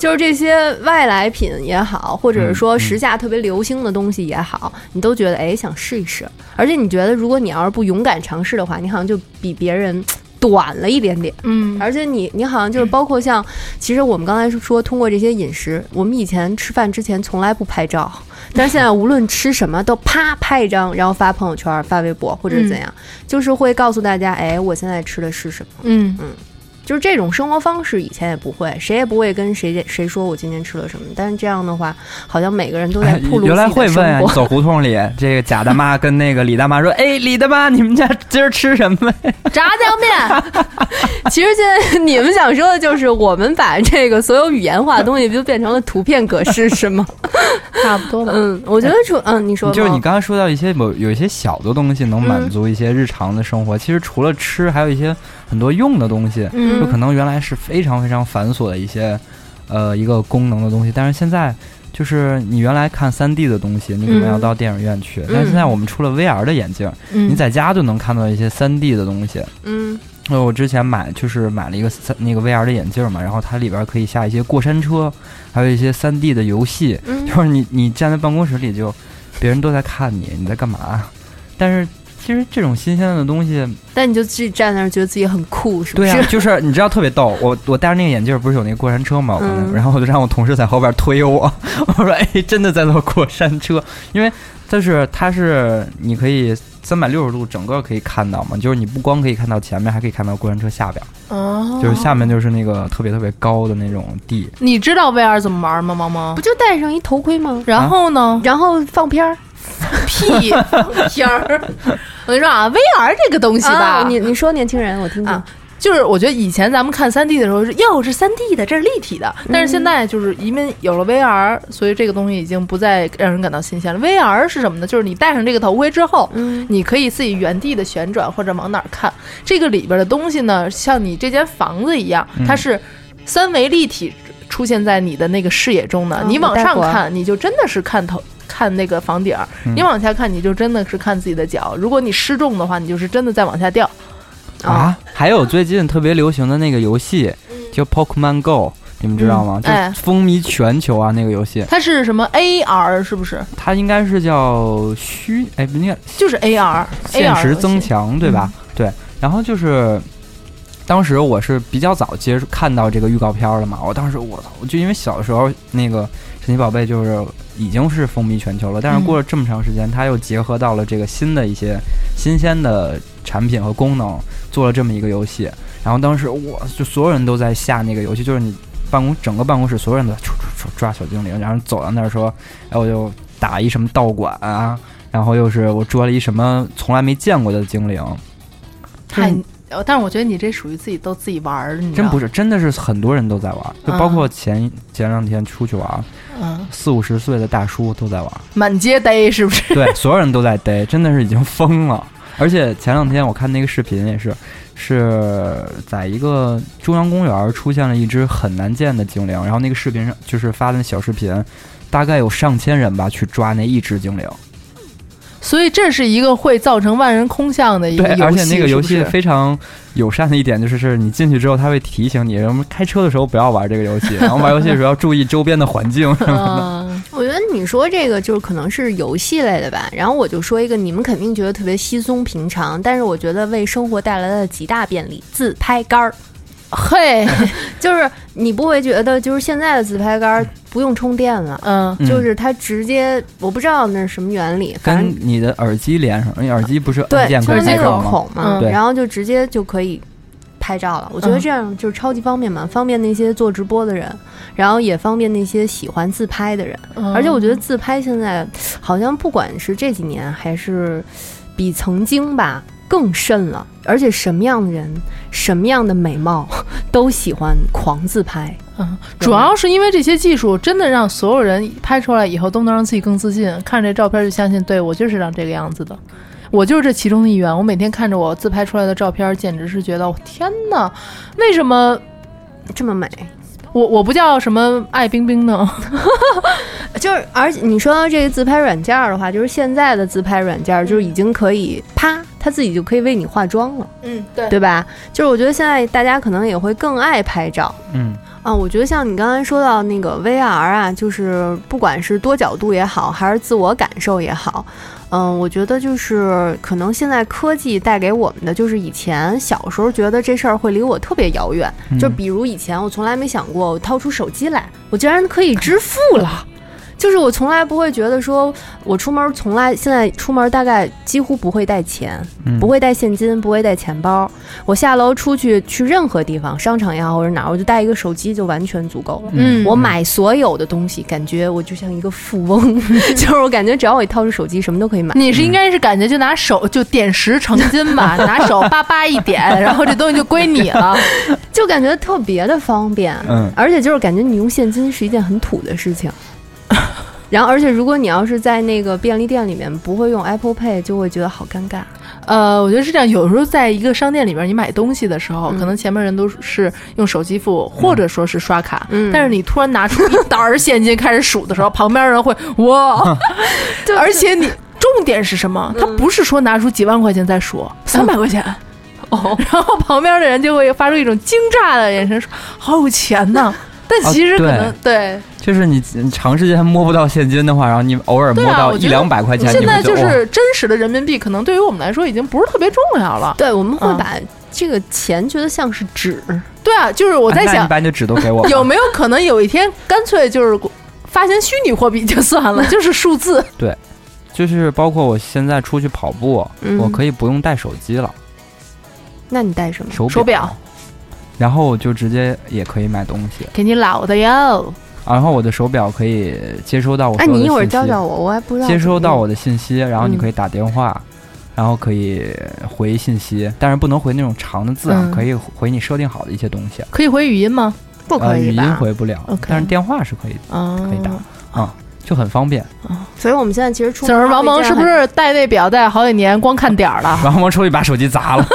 [SPEAKER 5] 就是这些外来品也好，或者是说时下特别流行的东西也好，你都觉得哎想试一试，而且你觉得如果你要是不勇敢尝试的话，你好像就比别人。短了一点点，
[SPEAKER 3] 嗯，
[SPEAKER 5] 而且你你好像就是包括像，其实我们刚才说通过这些饮食，我们以前吃饭之前从来不拍照，但是现在无论吃什么都啪拍一张，然后发朋友圈、发微博或者是怎样，就是会告诉大家，哎，我现在吃的是什么，
[SPEAKER 3] 嗯
[SPEAKER 5] 嗯，就是这种生活方式以前也不会，谁也不会跟谁谁说我今天吃了什么。但是这样的话，好像每个人 都在暴露
[SPEAKER 4] 原来
[SPEAKER 5] 自己
[SPEAKER 4] 会
[SPEAKER 5] 的
[SPEAKER 4] 问啊，
[SPEAKER 5] 生
[SPEAKER 4] 你
[SPEAKER 5] 活。
[SPEAKER 4] 走胡同里，这个贾大妈跟那个李大妈说：“哎，李大妈，你们家今儿吃什么呀
[SPEAKER 5] 炸酱面。 其实现在你们想说的就是，我们把这个所有语言化的东西就变成了图片格式，是吗？
[SPEAKER 3] 差不多吧。
[SPEAKER 5] 嗯，我觉得除嗯，你说？”
[SPEAKER 4] 就是你
[SPEAKER 5] 刚
[SPEAKER 4] 刚刚说到一些有有一些小的东西能满足一些日常的生活，其实除了吃，还有一些很多用的东西，
[SPEAKER 5] 嗯
[SPEAKER 4] 就可能原来是非常非常繁琐的一些呃一个功能的东西，但是现在。就是你原来看3 D 的东西，你可能要
[SPEAKER 12] 嗯
[SPEAKER 4] 到电影院去，
[SPEAKER 12] 嗯
[SPEAKER 4] 但是现在我们出了 VR 的眼镜，
[SPEAKER 12] 嗯
[SPEAKER 4] 你在家就能看到一些3 D 的东西。
[SPEAKER 5] 嗯
[SPEAKER 4] 呃，我之前买就是买了一个三那个 VR 的眼镜嘛，然后它里边可以下一些过山车，还有一些 3D 的游戏，
[SPEAKER 12] 嗯
[SPEAKER 4] 就是你你站在办公室里就，别人都在看你，你在干嘛？但是其实这种新鲜的东西，
[SPEAKER 5] 但你就自己站那儿，觉得自己很酷，是不
[SPEAKER 4] 对啊
[SPEAKER 5] 是？
[SPEAKER 4] 呀、就是你知道特别逗。我我戴着那个眼镜，不是有那个过山车吗？我可能
[SPEAKER 5] 嗯
[SPEAKER 4] 然后我就让我同事在后边推我， 我说：“哎，真的在坐过山车，因为就是它是你可以三百六十度整个可以看到嘛，就是你不光可以看到前面，还可以看到过山车下边，
[SPEAKER 3] 哦
[SPEAKER 4] 就是下面就是那个特别特别高的那种地。
[SPEAKER 3] 你知道 VR 怎么玩吗，猫猫
[SPEAKER 5] 不？就戴上一头盔吗？
[SPEAKER 3] 然后呢？
[SPEAKER 5] 然后放片儿，
[SPEAKER 3] 屁放片儿！我跟你说啊，VR 这个东西吧，啊
[SPEAKER 5] 啊你你说年轻人，我听听。
[SPEAKER 3] 就是我觉得以前咱们看三 D 的时候是，哟，这三 D 的，这是立体的。
[SPEAKER 5] 嗯
[SPEAKER 3] 但是现在就是因为有了 VR，所以这个东西已经不再让人感到新鲜了。VR 是什么呢？就是你戴上这个头盔之后，
[SPEAKER 5] 嗯
[SPEAKER 3] 你可以自己原地的旋转或者往哪儿看。这个里边的东西呢，像你这间房子一样，
[SPEAKER 5] 嗯
[SPEAKER 3] 它是三维立体出现在你的那个视野中的。
[SPEAKER 4] 嗯
[SPEAKER 5] 哦
[SPEAKER 3] 你往
[SPEAKER 5] 我戴
[SPEAKER 3] 上
[SPEAKER 5] 过
[SPEAKER 3] 看，你就真的是看头。看那个房顶儿，
[SPEAKER 4] 嗯
[SPEAKER 3] 你往下看，你就真的是看自己的脚。如果你失重的话，你就是真的在往下掉。
[SPEAKER 4] 啊，还有最近特别流行的那个游戏，叫 Pokemon Go，你们知道吗？
[SPEAKER 3] 嗯哎
[SPEAKER 4] 就是风靡全球啊，那个游戏。
[SPEAKER 3] 它是什么 AR 是不是？
[SPEAKER 4] 它应该是叫虚，哎，不应该
[SPEAKER 3] 就是 AR，
[SPEAKER 4] 现
[SPEAKER 3] AR 游
[SPEAKER 4] 实
[SPEAKER 3] 戏
[SPEAKER 4] 增强，对吧？对。然后就是，当时我是比较早接触看到这个预告片儿了嘛，我当时我操，我就因为小时候那个神奇宝贝就是已经是风靡全球了，但是
[SPEAKER 3] 嗯
[SPEAKER 4] 过了这么长时间，它又结合到了这个新的一些新鲜的产品和功能，做了这么一个游戏。然后当时我就所有人都在下那个游戏，就是你办公整个办公室所有人都在抓抓抓小精灵，然后走到那儿说，哎，我就打一什么道馆啊，然后又是我捉了一什么从来没见过的精灵，
[SPEAKER 3] 嗨，呃但是我觉得你这属于自己都自己玩儿，你知
[SPEAKER 4] 真
[SPEAKER 3] 道
[SPEAKER 4] 不是，真的是很多人都在玩，就包
[SPEAKER 3] 嗯
[SPEAKER 4] 括前前两天出去玩，
[SPEAKER 3] 嗯
[SPEAKER 4] 四五十岁的大叔都在玩，
[SPEAKER 3] 满街逮是不是？
[SPEAKER 4] 对，所有人都在逮，真的是已经疯了。而且前两天我看那个视频也是，是在一个中央公园儿出现了一只很难见的精灵，然后那个视频上就是发的那小视频，大概有上千人吧去抓那一只精灵。
[SPEAKER 3] 所以这是一个会造成万人空巷的一个
[SPEAKER 4] 对
[SPEAKER 3] 游，戏，
[SPEAKER 4] 而且那个游
[SPEAKER 3] 是
[SPEAKER 4] 戏
[SPEAKER 3] 不是
[SPEAKER 4] 非常友善的一点就是，是你进去之后，它会提醒你，我们开车的时候不要玩这个游戏，然后玩游戏的时候要注意周边的环境什
[SPEAKER 3] 嗯
[SPEAKER 4] 么的。
[SPEAKER 5] 我觉得你说这个就是可能是游戏类的吧，然后我就说一个你们肯定觉得特别稀松平常，但是我觉得为生活带来了极大便利——自拍杆儿。
[SPEAKER 3] 嘿，
[SPEAKER 5] 就是你不会觉得，就是现在的自拍杆儿不用充电了，
[SPEAKER 3] 嗯
[SPEAKER 5] 就是它直接，我不知道那是什么原理，反正
[SPEAKER 4] 跟你的耳机连上，你耳机不是
[SPEAKER 5] 对
[SPEAKER 4] 按，键
[SPEAKER 5] 就
[SPEAKER 4] 可以
[SPEAKER 5] 是
[SPEAKER 4] 开
[SPEAKER 5] 那种
[SPEAKER 4] 上
[SPEAKER 5] 孔
[SPEAKER 4] 吗？嗯
[SPEAKER 5] 嘛，
[SPEAKER 4] 对，
[SPEAKER 5] 然后就直接就可以拍照了。我觉得
[SPEAKER 3] 嗯
[SPEAKER 5] 这样就是超级方便嘛，方便那些做直播的人，然后也方便那些喜欢自拍的人。
[SPEAKER 3] 嗯
[SPEAKER 5] 而且我觉得自拍现在好像不管是这几年还是比曾经吧。更甚了，而且什么样的人、什么样的美貌都喜欢狂自拍。
[SPEAKER 3] 嗯，主要是因为这些技术真的让所有人拍出来以后都能让自己更自信，看这照片就相信，对我就是长这个样子的，我就是这其中的一员。我每天看着我自拍出来的照片，简直是觉得我哦天哪，为什么
[SPEAKER 5] 这么美？
[SPEAKER 3] 我我不叫什么爱冰冰呢？
[SPEAKER 5] 就是，而且你说到这个自拍软件儿的话，就是现在的自拍软件儿，就是已经可以啪，它自己就可以为你化妆了，
[SPEAKER 3] 嗯，对
[SPEAKER 5] 对？吧？就是我觉得现在大家可能也会更爱拍照
[SPEAKER 4] 嗯，
[SPEAKER 5] 啊。我觉得像你刚才说到那个 VR 啊，就是不管是多角度也好，还是自我感受也好，嗯，我觉得就是可能现在科技带给我们的，就是以前小时候觉得这事儿会离我特别遥远，
[SPEAKER 3] 嗯
[SPEAKER 5] 就比如以前我从来没想过，我掏出手机来，我竟然可以支付了。就是我从来不会觉得说，我出门从来现在出门大概几乎不会带钱，
[SPEAKER 3] 嗯
[SPEAKER 5] 不会带现金，不会带钱包。我下楼出去去任何地方，商场也好或者哪儿，我就带一个手机就完全足够了。
[SPEAKER 3] 嗯
[SPEAKER 5] 我买所有的东西，感觉我就像一个富翁，就是我感觉只要我一掏出手机，什么都可以买。
[SPEAKER 3] 你是
[SPEAKER 4] 嗯
[SPEAKER 3] 应该是感觉就拿手就点石成金 吧，拿手叭叭一点，然后这东西就归你了。
[SPEAKER 5] 就感觉特别的方便，
[SPEAKER 3] 嗯
[SPEAKER 5] 而且就是感觉你用现金是一件很土的事情。然后，而且如果你要是在那个便利店里面不会用 Apple Pay，就会觉得好尴尬。
[SPEAKER 3] 呃，我觉得是这样，有时候在一个商店里边，你买东西的时
[SPEAKER 4] 嗯
[SPEAKER 3] 候，可能前面人都是用手机付或者说是刷卡，
[SPEAKER 5] 嗯
[SPEAKER 3] 但是你突然拿出一沓儿现金开始数 的时候，旁边人会哇，而且你重点是什
[SPEAKER 4] 嗯
[SPEAKER 3] 么？他不是说拿出几万块钱再数，三百块钱。哦， 然后旁 边的人就会发出一种惊诧的眼神，说：“好有钱呐！”但
[SPEAKER 4] 啊
[SPEAKER 3] 其实可
[SPEAKER 4] 对
[SPEAKER 3] 能、对
[SPEAKER 4] 就是你你长时间摸不到现金的话，然后你偶尔摸
[SPEAKER 3] 对啊，
[SPEAKER 4] 到
[SPEAKER 3] 我
[SPEAKER 4] 一
[SPEAKER 3] 觉得
[SPEAKER 4] 两百块钱，
[SPEAKER 3] 现在
[SPEAKER 4] 你会
[SPEAKER 3] 就
[SPEAKER 4] 觉得
[SPEAKER 3] 是真实的人民币，可能对于我们来说已经不是特别重要了。
[SPEAKER 5] 对，我们会
[SPEAKER 3] 嗯
[SPEAKER 5] 把这个钱觉得像是纸。
[SPEAKER 3] 对啊，就是我
[SPEAKER 4] 哇
[SPEAKER 3] 在
[SPEAKER 4] 哎那
[SPEAKER 3] 想
[SPEAKER 4] 你，把你的纸都给我吧，
[SPEAKER 3] 有没有可能有一天干脆就是发行虚拟货币就算了，就是数字。
[SPEAKER 4] 对， 就是包括我现在出去跑步，
[SPEAKER 3] 嗯
[SPEAKER 4] 我可以不用带手机了，
[SPEAKER 5] 那你带什么？
[SPEAKER 4] 手
[SPEAKER 3] 手
[SPEAKER 4] 表
[SPEAKER 3] 表
[SPEAKER 4] 然后我就直接也可以买东西，
[SPEAKER 3] 给你老的哟。
[SPEAKER 4] 然后我的手表可以接收到我
[SPEAKER 5] 哎，
[SPEAKER 4] 所有的
[SPEAKER 5] 你一会儿
[SPEAKER 4] 信息
[SPEAKER 5] 教教我，我还不知道。
[SPEAKER 4] 接收到我的信息，然后你
[SPEAKER 5] 嗯
[SPEAKER 4] 可以打电话，然后可以回信息，但是不能回那种长的字啊，
[SPEAKER 3] 嗯
[SPEAKER 4] 可以回你设定好的一些东西。
[SPEAKER 3] 可以回语音吗？
[SPEAKER 5] 不
[SPEAKER 4] 呃，语音回不了
[SPEAKER 3] OK
[SPEAKER 4] 但是电话是可以
[SPEAKER 3] 啊，
[SPEAKER 4] 可以
[SPEAKER 5] 嗯
[SPEAKER 4] 打啊，就很方便。
[SPEAKER 5] 所以我们现在其实出
[SPEAKER 3] 就是
[SPEAKER 5] 门
[SPEAKER 3] 王
[SPEAKER 5] 会
[SPEAKER 3] 蒙
[SPEAKER 5] 见
[SPEAKER 3] 是不
[SPEAKER 5] 很
[SPEAKER 3] 是戴那表戴好几年，光看点儿
[SPEAKER 5] 啊
[SPEAKER 3] 了？
[SPEAKER 4] 然后我出去把手机砸 了，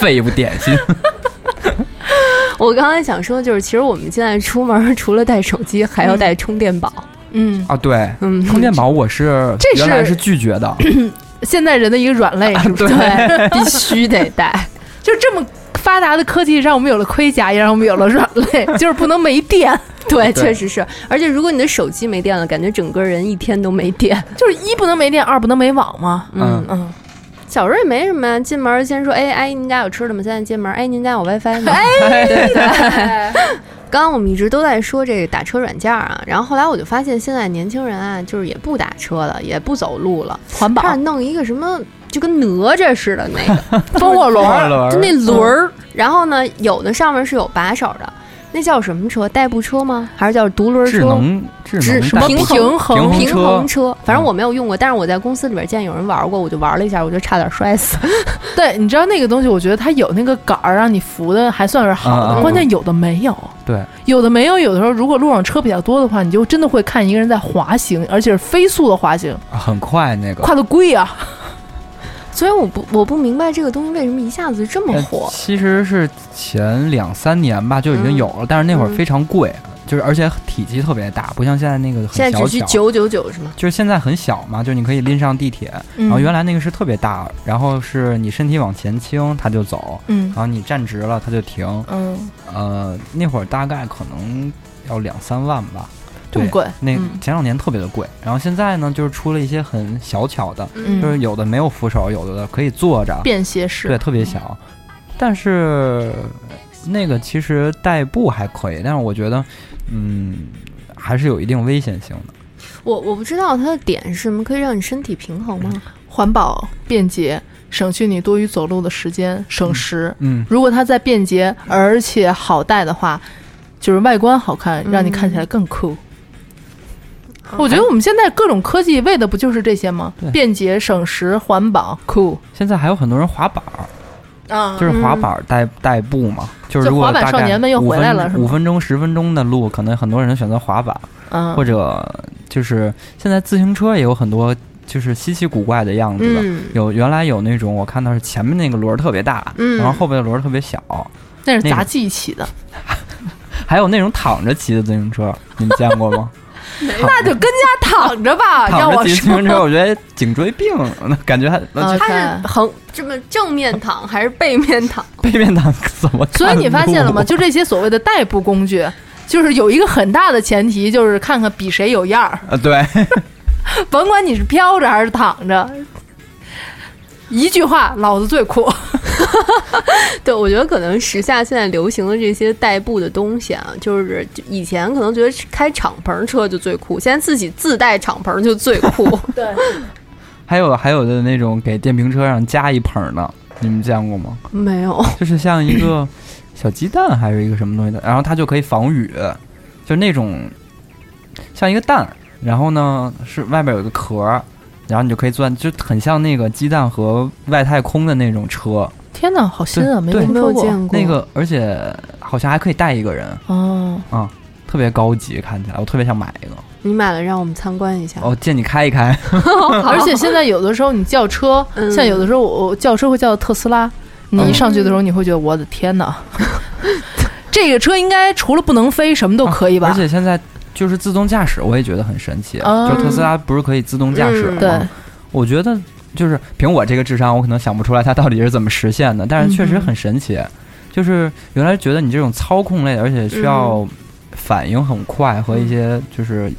[SPEAKER 4] 废物点心。
[SPEAKER 5] 我刚才想说，就是其实我们现在出门除了带手机，还要带充电 宝。
[SPEAKER 3] 嗯，
[SPEAKER 4] 啊，对，
[SPEAKER 5] 嗯
[SPEAKER 4] 充电宝我是
[SPEAKER 5] 这
[SPEAKER 4] 原来
[SPEAKER 5] 是
[SPEAKER 4] 是拒绝的，
[SPEAKER 3] 现代人的一个软肋，是不是？
[SPEAKER 5] 对必须得带。
[SPEAKER 3] 就这么发达的科技，让我们有了盔甲，也让我们有了软肋，就是不能没电。
[SPEAKER 5] 对，
[SPEAKER 3] 对
[SPEAKER 5] 确实是。而且如果你的手机没电了，感觉整个人一天都没电。
[SPEAKER 3] 就是一不能没电，二不能没网嘛。
[SPEAKER 5] 嗯
[SPEAKER 3] 嗯，
[SPEAKER 5] 小时候也没什么呀，进门先说，哎，阿姨您家有吃的吗？现在进门，哎，您家有 WiFi 吗？
[SPEAKER 3] 哎
[SPEAKER 5] 对对对。刚刚我们一直都在说这个打车软件啊，然后后来我就发现现在年轻人啊，就是也不打车了，也不走路了，环保，弄一个什么就跟哪吒似的那个
[SPEAKER 3] 风火轮
[SPEAKER 5] 儿
[SPEAKER 3] 风火轮儿
[SPEAKER 5] 就那轮儿。然后呢，有的上面是有把手的，那叫什么车？代步车吗？还是叫独轮车？
[SPEAKER 4] 智能智能
[SPEAKER 5] 什么
[SPEAKER 4] 代步
[SPEAKER 5] 平
[SPEAKER 4] 平衡
[SPEAKER 5] 衡
[SPEAKER 4] 车嗯
[SPEAKER 5] 衡车？反正我没有用过，但是我在公司里边见有人玩过，我就玩了一下，我就差点摔死。
[SPEAKER 3] 对，你知道那个东西，我觉得它有那个杆儿让你扶的，还算是好
[SPEAKER 4] 嗯嗯
[SPEAKER 3] 的。
[SPEAKER 4] 嗯
[SPEAKER 3] 关键有的没有，
[SPEAKER 4] 对，
[SPEAKER 3] 有的没有，有的时候如果路上车比较多的话，你就真的会看一个人在滑行，而且是飞速的滑行，
[SPEAKER 4] 很快那个
[SPEAKER 3] 快的贵啊！
[SPEAKER 4] 哦
[SPEAKER 5] 所以我不我不明白这个东西为什么一下子这么
[SPEAKER 4] 呃
[SPEAKER 5] 火。
[SPEAKER 4] 其实是前两三年吧就已经有
[SPEAKER 5] 嗯
[SPEAKER 4] 了，但是那会儿非常贵，就是而且体积特别大，不像现在那个很
[SPEAKER 5] 现在
[SPEAKER 4] 小
[SPEAKER 5] 只需
[SPEAKER 4] 巧。
[SPEAKER 5] 九九九是吗？
[SPEAKER 4] 就是现在很小嘛，就是你可以拎上地铁，
[SPEAKER 5] 嗯
[SPEAKER 4] 然后原来那个是特别大，然后是你身体往前倾它就走，
[SPEAKER 3] 嗯
[SPEAKER 4] 然后你站直了它就停，
[SPEAKER 3] 嗯，
[SPEAKER 4] 呃，那会儿大概可能要两三万吧，
[SPEAKER 3] 这么
[SPEAKER 4] 对
[SPEAKER 3] 贵
[SPEAKER 4] 那
[SPEAKER 3] 嗯
[SPEAKER 4] 前两年特别的贵，然后现在呢，就是出了一些很小巧的，
[SPEAKER 3] 嗯
[SPEAKER 4] 就是有的没有扶手，有的可以坐着，
[SPEAKER 3] 便携式嗯
[SPEAKER 4] 对，特别小，但是那个其实代步还可以，但是我觉得，嗯，还是有一定危险性的。
[SPEAKER 5] 我我不知道它的点是什么，可以让你身体平衡吗？
[SPEAKER 3] 环保、便捷，省去你多余走路的时间，省时。
[SPEAKER 4] 嗯
[SPEAKER 3] 如果它再便捷而且好带的话，就是外观好看，让你看起来更酷。我觉得我们现在各种科技为的不就是这些吗
[SPEAKER 4] 对？
[SPEAKER 3] 便捷、省时、环保、酷
[SPEAKER 4] 现在还有很多人滑板儿，
[SPEAKER 3] 啊
[SPEAKER 4] 嗯就是滑板儿代代步嘛，就是如果
[SPEAKER 3] 就滑板
[SPEAKER 4] 大概
[SPEAKER 3] 少年们又
[SPEAKER 4] 5
[SPEAKER 3] 回来了
[SPEAKER 4] 分
[SPEAKER 3] 是吗
[SPEAKER 4] 五分钟、十分钟的路，可能很多人选择滑板，
[SPEAKER 3] 嗯
[SPEAKER 4] 或者就是现在自行车也有很多。就是稀奇古怪的样子的，
[SPEAKER 3] 嗯
[SPEAKER 4] 有原来有那种我看到是前面那个轮儿特别大，
[SPEAKER 3] 嗯
[SPEAKER 4] 然后后边的轮儿特别小，
[SPEAKER 3] 那是
[SPEAKER 4] 那
[SPEAKER 3] 杂
[SPEAKER 4] 个
[SPEAKER 3] 技起的，
[SPEAKER 4] 还有那种躺着骑的自行车，你们见过 吗？
[SPEAKER 3] 那就跟家躺着吧。啊要
[SPEAKER 4] 躺
[SPEAKER 3] 我
[SPEAKER 4] 着骑自
[SPEAKER 3] 说呃
[SPEAKER 4] 行， 车，我觉得颈椎病，那感觉还那就
[SPEAKER 5] 它是横这么正面躺还是背面躺？
[SPEAKER 4] 背面躺怎么看路？
[SPEAKER 3] 所以你发现了吗？就这些所谓的代步工具，就是有一个很大的前提，就是看看比谁有样儿。
[SPEAKER 4] 啊，对，
[SPEAKER 3] 甭管你是飘着还是躺着，一句话，老子最酷。
[SPEAKER 5] 对，我觉得可能时下现在流行的这些代步的东西啊，就是就以前可能觉得开敞篷车就最酷，现在自己自带敞篷就最酷。
[SPEAKER 3] 对，
[SPEAKER 4] 还有还有的那种给电瓶车上加一捧的，你们见过吗？
[SPEAKER 5] 没有，
[SPEAKER 4] 就是像一个小鸡蛋还是一个什么东西的，然后它就可以防雨，就那种像一个蛋，然后呢是外边有一个壳儿，然后你就可以钻，就很像那个鸡蛋和外太空的那种车。
[SPEAKER 3] 天哪，好新啊，没
[SPEAKER 4] 对
[SPEAKER 3] 听说过
[SPEAKER 4] 那个，而且好像还可以带一个人
[SPEAKER 3] 哦。
[SPEAKER 4] 啊，特别高级，看起来我特别想买一个。
[SPEAKER 5] 你买了让我们参观一下。
[SPEAKER 3] 啊
[SPEAKER 4] 哦，借你开一开，嗯
[SPEAKER 3] 而且现在有的时候你 叫车，
[SPEAKER 5] 嗯
[SPEAKER 3] 像有的时候我我叫车会叫特斯拉，你
[SPEAKER 4] 嗯
[SPEAKER 3] 一上去的时候你会觉得我的天哪， 这个车应该除了不能飞什么都可以吧？
[SPEAKER 4] 啊而且现在就是自动驾驶，我也觉得很神奇。
[SPEAKER 3] 嗯
[SPEAKER 4] 就特斯拉不是可以自动驾驶吗？
[SPEAKER 3] 嗯对，
[SPEAKER 4] 我觉得就是凭我这个智商，我可能想不出来它到底是怎么实现的，但是确实
[SPEAKER 3] 嗯哼
[SPEAKER 5] 嗯
[SPEAKER 4] 很神奇。就是原来觉得你这种操控类的，而且需要反应很快和一些就是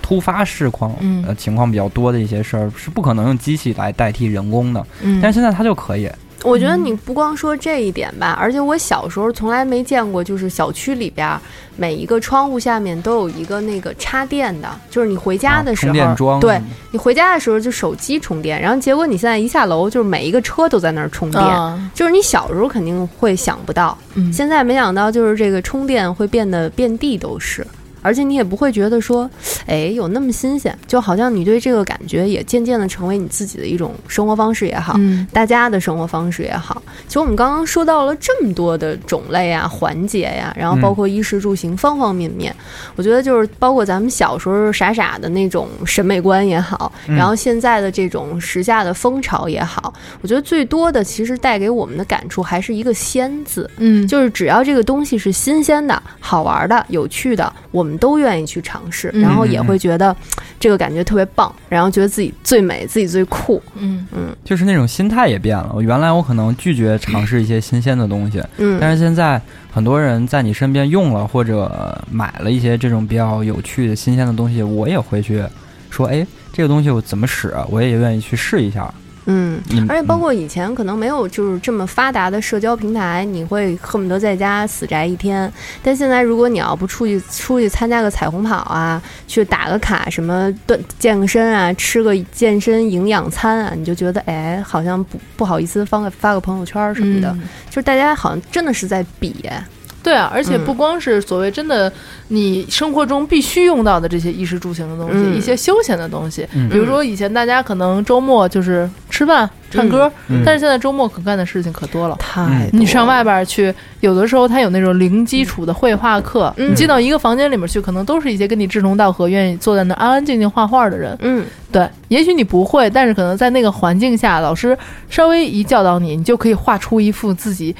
[SPEAKER 4] 突发事况、
[SPEAKER 5] 嗯
[SPEAKER 4] 呃情况比较多的一些事儿，是不可能用机器来代替人工的。
[SPEAKER 5] 嗯
[SPEAKER 4] 但是现在它就可以。
[SPEAKER 5] 我觉得你不光说这一点吧，而且我小时候从来没见过，就是小区里边儿每一个窗户下面都有一个那个插电的，就是你回家的
[SPEAKER 4] 哦
[SPEAKER 5] 时候，
[SPEAKER 4] 啊充电桩嗯
[SPEAKER 5] 对你回家的时候就手机充电，然后结果你现在一下楼就是每一个车都在那儿充电，
[SPEAKER 3] 啊嗯
[SPEAKER 5] 就是你小时候肯定会想不到，现在没想到就是这个充电会变得遍地都是。而且你也不会觉得说，哎，有那么新鲜，就好像你对这个感觉也渐渐的成为你自己的一种生活方式也
[SPEAKER 4] 啊
[SPEAKER 5] 好，
[SPEAKER 3] 嗯
[SPEAKER 5] 大家的生活方式也好。其实我们刚刚说到了这么多的种类啊、环节呀、然后
[SPEAKER 3] 嗯
[SPEAKER 5] 包括衣食住行方方面面，我觉得就是包括咱们小时候傻傻的那种审美观也好，
[SPEAKER 3] 嗯
[SPEAKER 5] 然后现在的这种时下的风潮也好，我觉得最多的其实带给我们的感触还是一个“鲜”字，
[SPEAKER 3] 嗯
[SPEAKER 5] 就是只要这个东西是新鲜的、好玩的、有趣的，我们都愿意去尝试，
[SPEAKER 3] 嗯
[SPEAKER 5] 然后也
[SPEAKER 4] 嗯嗯
[SPEAKER 5] 会觉得这个感觉特别棒，然后觉得自己最美、自己最酷，
[SPEAKER 3] 嗯
[SPEAKER 5] 嗯
[SPEAKER 4] 就是那种心态也变了。我原来我可能拒绝尝试一些新鲜的东西，
[SPEAKER 5] 嗯
[SPEAKER 4] 但是现在很多人在你身边用了或者买了一些这种比较有趣的新鲜的东西，我也会去说，哎，这个东西我怎么使，我也愿意去试一下。
[SPEAKER 5] 嗯
[SPEAKER 4] 你，
[SPEAKER 5] 而且包括以前可能没有就是这么发达的社交平台，你会恨不得在家死宅一天。但现在如果你要不出去出去参加个彩虹跑啊，去打个卡什么锻健个身啊，吃个健身营养餐啊，你就觉得哎，好像不不好意思发个发个朋友圈什么的，
[SPEAKER 3] 嗯
[SPEAKER 5] 就是大家好像真的是在比哎
[SPEAKER 3] 对啊，而且
[SPEAKER 5] 嗯
[SPEAKER 3] 不光是所谓真的你生活中必须用到的这些衣食住行的东西，
[SPEAKER 5] 嗯
[SPEAKER 3] 一些休闲的东西，
[SPEAKER 5] 嗯
[SPEAKER 3] 比如说以前大家可能周末就是吃饭、唱歌，
[SPEAKER 5] 嗯
[SPEAKER 3] 但是现在周末可干的事情可多了，
[SPEAKER 5] 太
[SPEAKER 3] 你上外边儿去，有的时候他有那种零基础的绘画课，
[SPEAKER 5] 嗯
[SPEAKER 3] 你进到一个房间里面去，可能都是一些跟你志同道合、愿意坐在那儿安安静静画画的人，
[SPEAKER 5] 嗯，
[SPEAKER 3] 对，也许你不会，但是可能在那个环境下，老师稍微一教导你，你就可以画出一幅自己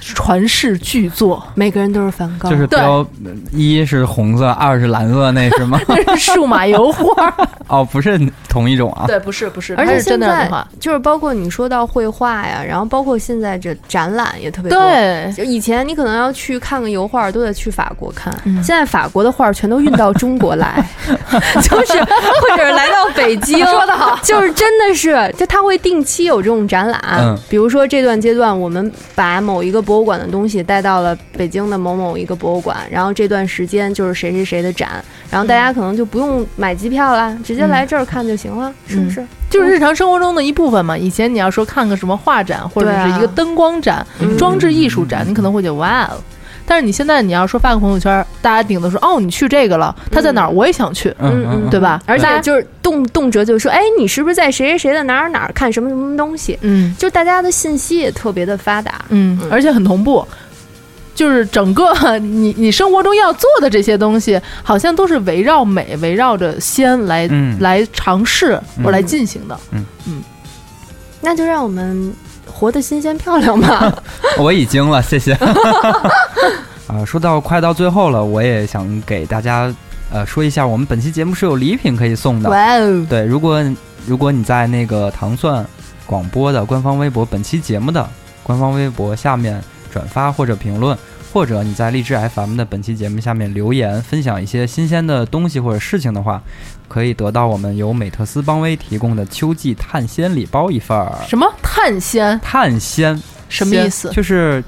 [SPEAKER 3] 传世巨作。
[SPEAKER 5] 每个人都是梵高
[SPEAKER 4] 就是
[SPEAKER 3] 对，
[SPEAKER 4] 标呃一是红色，二是蓝色，那 是吗？
[SPEAKER 3] 那是数码油画。
[SPEAKER 4] 哦，不是同一种啊。
[SPEAKER 3] 对，不是不是，
[SPEAKER 5] 而
[SPEAKER 3] 它
[SPEAKER 5] 且
[SPEAKER 3] 是真
[SPEAKER 5] 现
[SPEAKER 3] 的
[SPEAKER 5] 在
[SPEAKER 3] 人画。
[SPEAKER 5] 就是包括你说到绘画呀，然后包括现在这展览也特别多。
[SPEAKER 3] 对
[SPEAKER 5] 就以前你可能要去看个油画，都得去法国看。
[SPEAKER 3] 嗯
[SPEAKER 5] 现在法国的画全都运到中国 来，就是或者来到北京，
[SPEAKER 3] 说得好
[SPEAKER 5] 就是真的是，就他会定期有这种展览。
[SPEAKER 3] 嗯
[SPEAKER 5] 比如说这段阶段，我们把某一个博物馆的东西带到了北京的某某一个博物馆，然后这段时间就是谁谁谁的展，然后大
[SPEAKER 3] 嗯
[SPEAKER 5] 家可能就不用买机票啦，直接来这儿看就行了，是
[SPEAKER 3] 嗯
[SPEAKER 5] 不是？
[SPEAKER 4] 嗯
[SPEAKER 3] 就是日常生活中的一部分嘛。以前你要说看个什么画展，或者
[SPEAKER 5] 对啊
[SPEAKER 3] 是一个灯光展、装置艺术展，你可能会觉得哇哦。但是你现在你要说发个朋友圈，大家顶多说哦，你去这个了，他在哪儿，我也想去，
[SPEAKER 4] 嗯嗯嗯
[SPEAKER 3] 对吧？
[SPEAKER 5] 而
[SPEAKER 3] 大
[SPEAKER 5] 且
[SPEAKER 3] 家
[SPEAKER 5] 就是动动辄就说，哎，你是不是在谁谁谁的哪儿哪儿看什么什么东西？
[SPEAKER 3] 嗯，
[SPEAKER 5] 就大家的信息也特别的发达。
[SPEAKER 3] 嗯，而且很同步。就是整个 你你生活中要做的这些东西，好像都是围绕美、围绕着先来、
[SPEAKER 5] 嗯
[SPEAKER 3] 来尝试
[SPEAKER 5] 嗯
[SPEAKER 3] 或来进行的。
[SPEAKER 4] 嗯
[SPEAKER 3] 嗯，
[SPEAKER 5] 那就让我们活得新鲜漂亮 吧。
[SPEAKER 4] 我已经了，谢 谢。啊，说到快到最后了，我也想给大家呃说一下，我们本期节目是有礼品可以
[SPEAKER 5] 嗯
[SPEAKER 4] 送的。
[SPEAKER 3] 哇哦！
[SPEAKER 4] 对，如果如果你在那个糖蒜广播的官方微博本期节目的官方微博下面转发或者评论，或者你在荔枝 FM 的本期节目下面留言分享一些新鲜的东西或者事情的话，可以得到我们由美特斯邦威提供的秋季碳纤礼包一份儿。
[SPEAKER 3] 什么碳纤？
[SPEAKER 4] 碳纤
[SPEAKER 3] 什么意思
[SPEAKER 4] 纤就是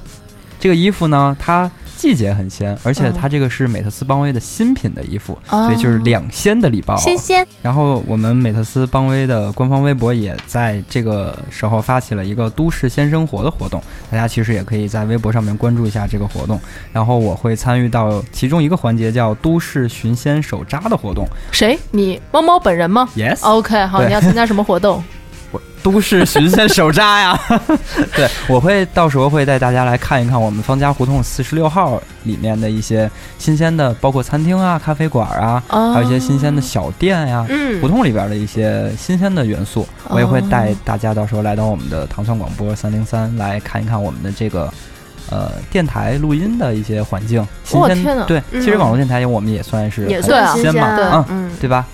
[SPEAKER 4] 这个衣服呢，它季节很鲜，而且
[SPEAKER 3] 嗯
[SPEAKER 4] 它这个是美特斯邦威的新品的衣服，
[SPEAKER 3] 哦
[SPEAKER 4] 所以就是两鲜的礼包。
[SPEAKER 3] 新鲜。
[SPEAKER 4] 然后我们美特斯邦威的官方微博也在这个时候发起了一个都市鲜生活的活动，大家其实也可以在微博上面关注一下这个活动。然后我会参与到其中一个环节叫都市寻鲜手札的活动。
[SPEAKER 3] 谁？你猫猫本人吗
[SPEAKER 4] Yes
[SPEAKER 3] OK，好，
[SPEAKER 4] 对
[SPEAKER 3] 你要参加什么活动？
[SPEAKER 4] 我都市寻鲜手札呀。对，我会到时候会带大家来看一看我们方家胡同四十六号里面的一些新鲜的，包括餐厅啊、咖啡馆啊，
[SPEAKER 3] 哦
[SPEAKER 4] 还有一些新鲜的小店呀、
[SPEAKER 3] 嗯哦
[SPEAKER 4] 胡同里边的一些新鲜的元素。我也会带大家到时候来到我们的糖蒜广播三零三来看一看我们的这个。呃，电台录音的一些环境，新
[SPEAKER 3] 哇
[SPEAKER 4] 鲜
[SPEAKER 3] 天哪
[SPEAKER 4] 对，
[SPEAKER 3] 嗯
[SPEAKER 4] 其实网络电台我们也算是
[SPEAKER 3] 也
[SPEAKER 4] 很
[SPEAKER 3] 算
[SPEAKER 4] 新
[SPEAKER 3] 新
[SPEAKER 4] 嘛，
[SPEAKER 3] 鲜啊对
[SPEAKER 4] 嗯
[SPEAKER 3] 嗯
[SPEAKER 4] 对吧？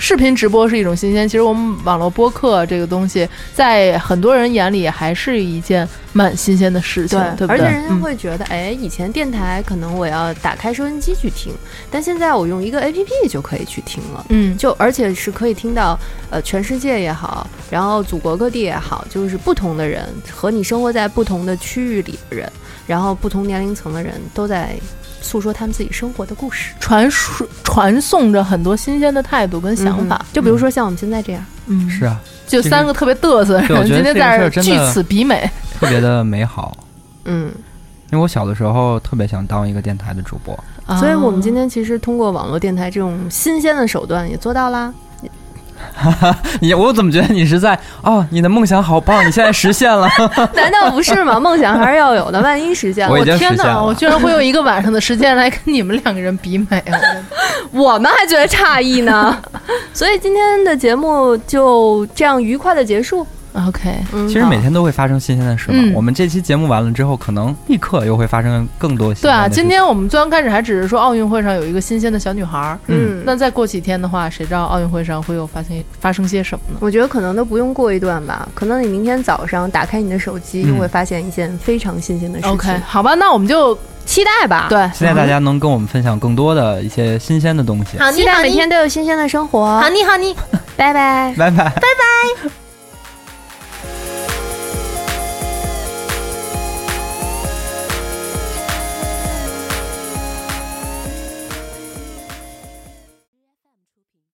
[SPEAKER 3] 视频直播是一种新鲜，其实我们网络播客这个东西，在很多人眼里还是一件蛮新鲜的事情，对不对？
[SPEAKER 5] 而且人家
[SPEAKER 3] 嗯
[SPEAKER 5] 会觉得，哎，以前电台可能我要打开收音机去听，但现在我用一个 A P P 就可以去听了，
[SPEAKER 3] 嗯
[SPEAKER 5] 就而且是可以听到，呃，全世界也好，然后祖国各地也好，就是不同的人和你生活在不同的区域里的人，然后不同年龄层的人都在诉说他们自己生活的故事，
[SPEAKER 3] 传输传送着很多新鲜的态度跟想法。
[SPEAKER 5] 嗯就比如说像我们现在这样，
[SPEAKER 3] 嗯，
[SPEAKER 4] 是啊，
[SPEAKER 3] 就三个特别嘚瑟的
[SPEAKER 4] 对我
[SPEAKER 3] 人，
[SPEAKER 4] 觉得
[SPEAKER 3] 今
[SPEAKER 4] 这
[SPEAKER 3] 天
[SPEAKER 4] 个
[SPEAKER 3] 在
[SPEAKER 4] 事
[SPEAKER 3] 这
[SPEAKER 4] 儿
[SPEAKER 3] 儿
[SPEAKER 4] 真
[SPEAKER 3] 据
[SPEAKER 4] 的
[SPEAKER 3] 此比美，
[SPEAKER 4] 特别的美好。
[SPEAKER 5] 嗯。
[SPEAKER 4] 因为我小的时候特别想当一个电台的主播，
[SPEAKER 5] 所以
[SPEAKER 3] 啊
[SPEAKER 5] 我们今天其实通过网络电台这种新鲜的手段也做到 啦。
[SPEAKER 4] 你我怎么觉得你是在哦？你的梦想好棒，你现在实 现了。
[SPEAKER 5] 难道不是吗？梦想还是要有的，万一实现了，
[SPEAKER 4] 我已经
[SPEAKER 5] 天
[SPEAKER 4] 实现
[SPEAKER 5] 哪！
[SPEAKER 4] 了
[SPEAKER 5] 我
[SPEAKER 3] 我
[SPEAKER 5] 居
[SPEAKER 3] 居
[SPEAKER 5] 然
[SPEAKER 3] 然
[SPEAKER 5] 会
[SPEAKER 3] 会
[SPEAKER 5] 有
[SPEAKER 3] 用
[SPEAKER 5] 一，
[SPEAKER 3] 一个晚上的时间来跟你们两个人比美。我觉得
[SPEAKER 5] 我们还觉得诧异 呢。所以今天的节目就这样愉快的结束。
[SPEAKER 3] OK，
[SPEAKER 5] 嗯，
[SPEAKER 4] 其实每天都会发生新鲜的事嘛。
[SPEAKER 3] 嗯
[SPEAKER 4] 我们这期节目完了之后，可能立刻又会发生更多新
[SPEAKER 3] 对
[SPEAKER 4] 鲜
[SPEAKER 3] 啊，
[SPEAKER 4] 的事情。
[SPEAKER 3] 今天我们最刚开始还只是说奥运会上有一个新鲜的小女孩儿，
[SPEAKER 5] 嗯
[SPEAKER 3] 那再过几天的话，谁知道奥运会上会有发生发生些什么呢？
[SPEAKER 5] 我觉得可能都不用过一段吧，可能你明天早上打开你的手机，
[SPEAKER 4] 嗯
[SPEAKER 5] 又会发现一件非常新鲜的事情。
[SPEAKER 3] OK，好吧，那我们就
[SPEAKER 5] 期待吧。
[SPEAKER 3] 对，
[SPEAKER 4] 期待大家能跟我们分享更多的一些新鲜的东西。
[SPEAKER 5] 期待每天都有新鲜的生活。好你好你，拜拜。
[SPEAKER 4] 拜拜。
[SPEAKER 5] 拜拜。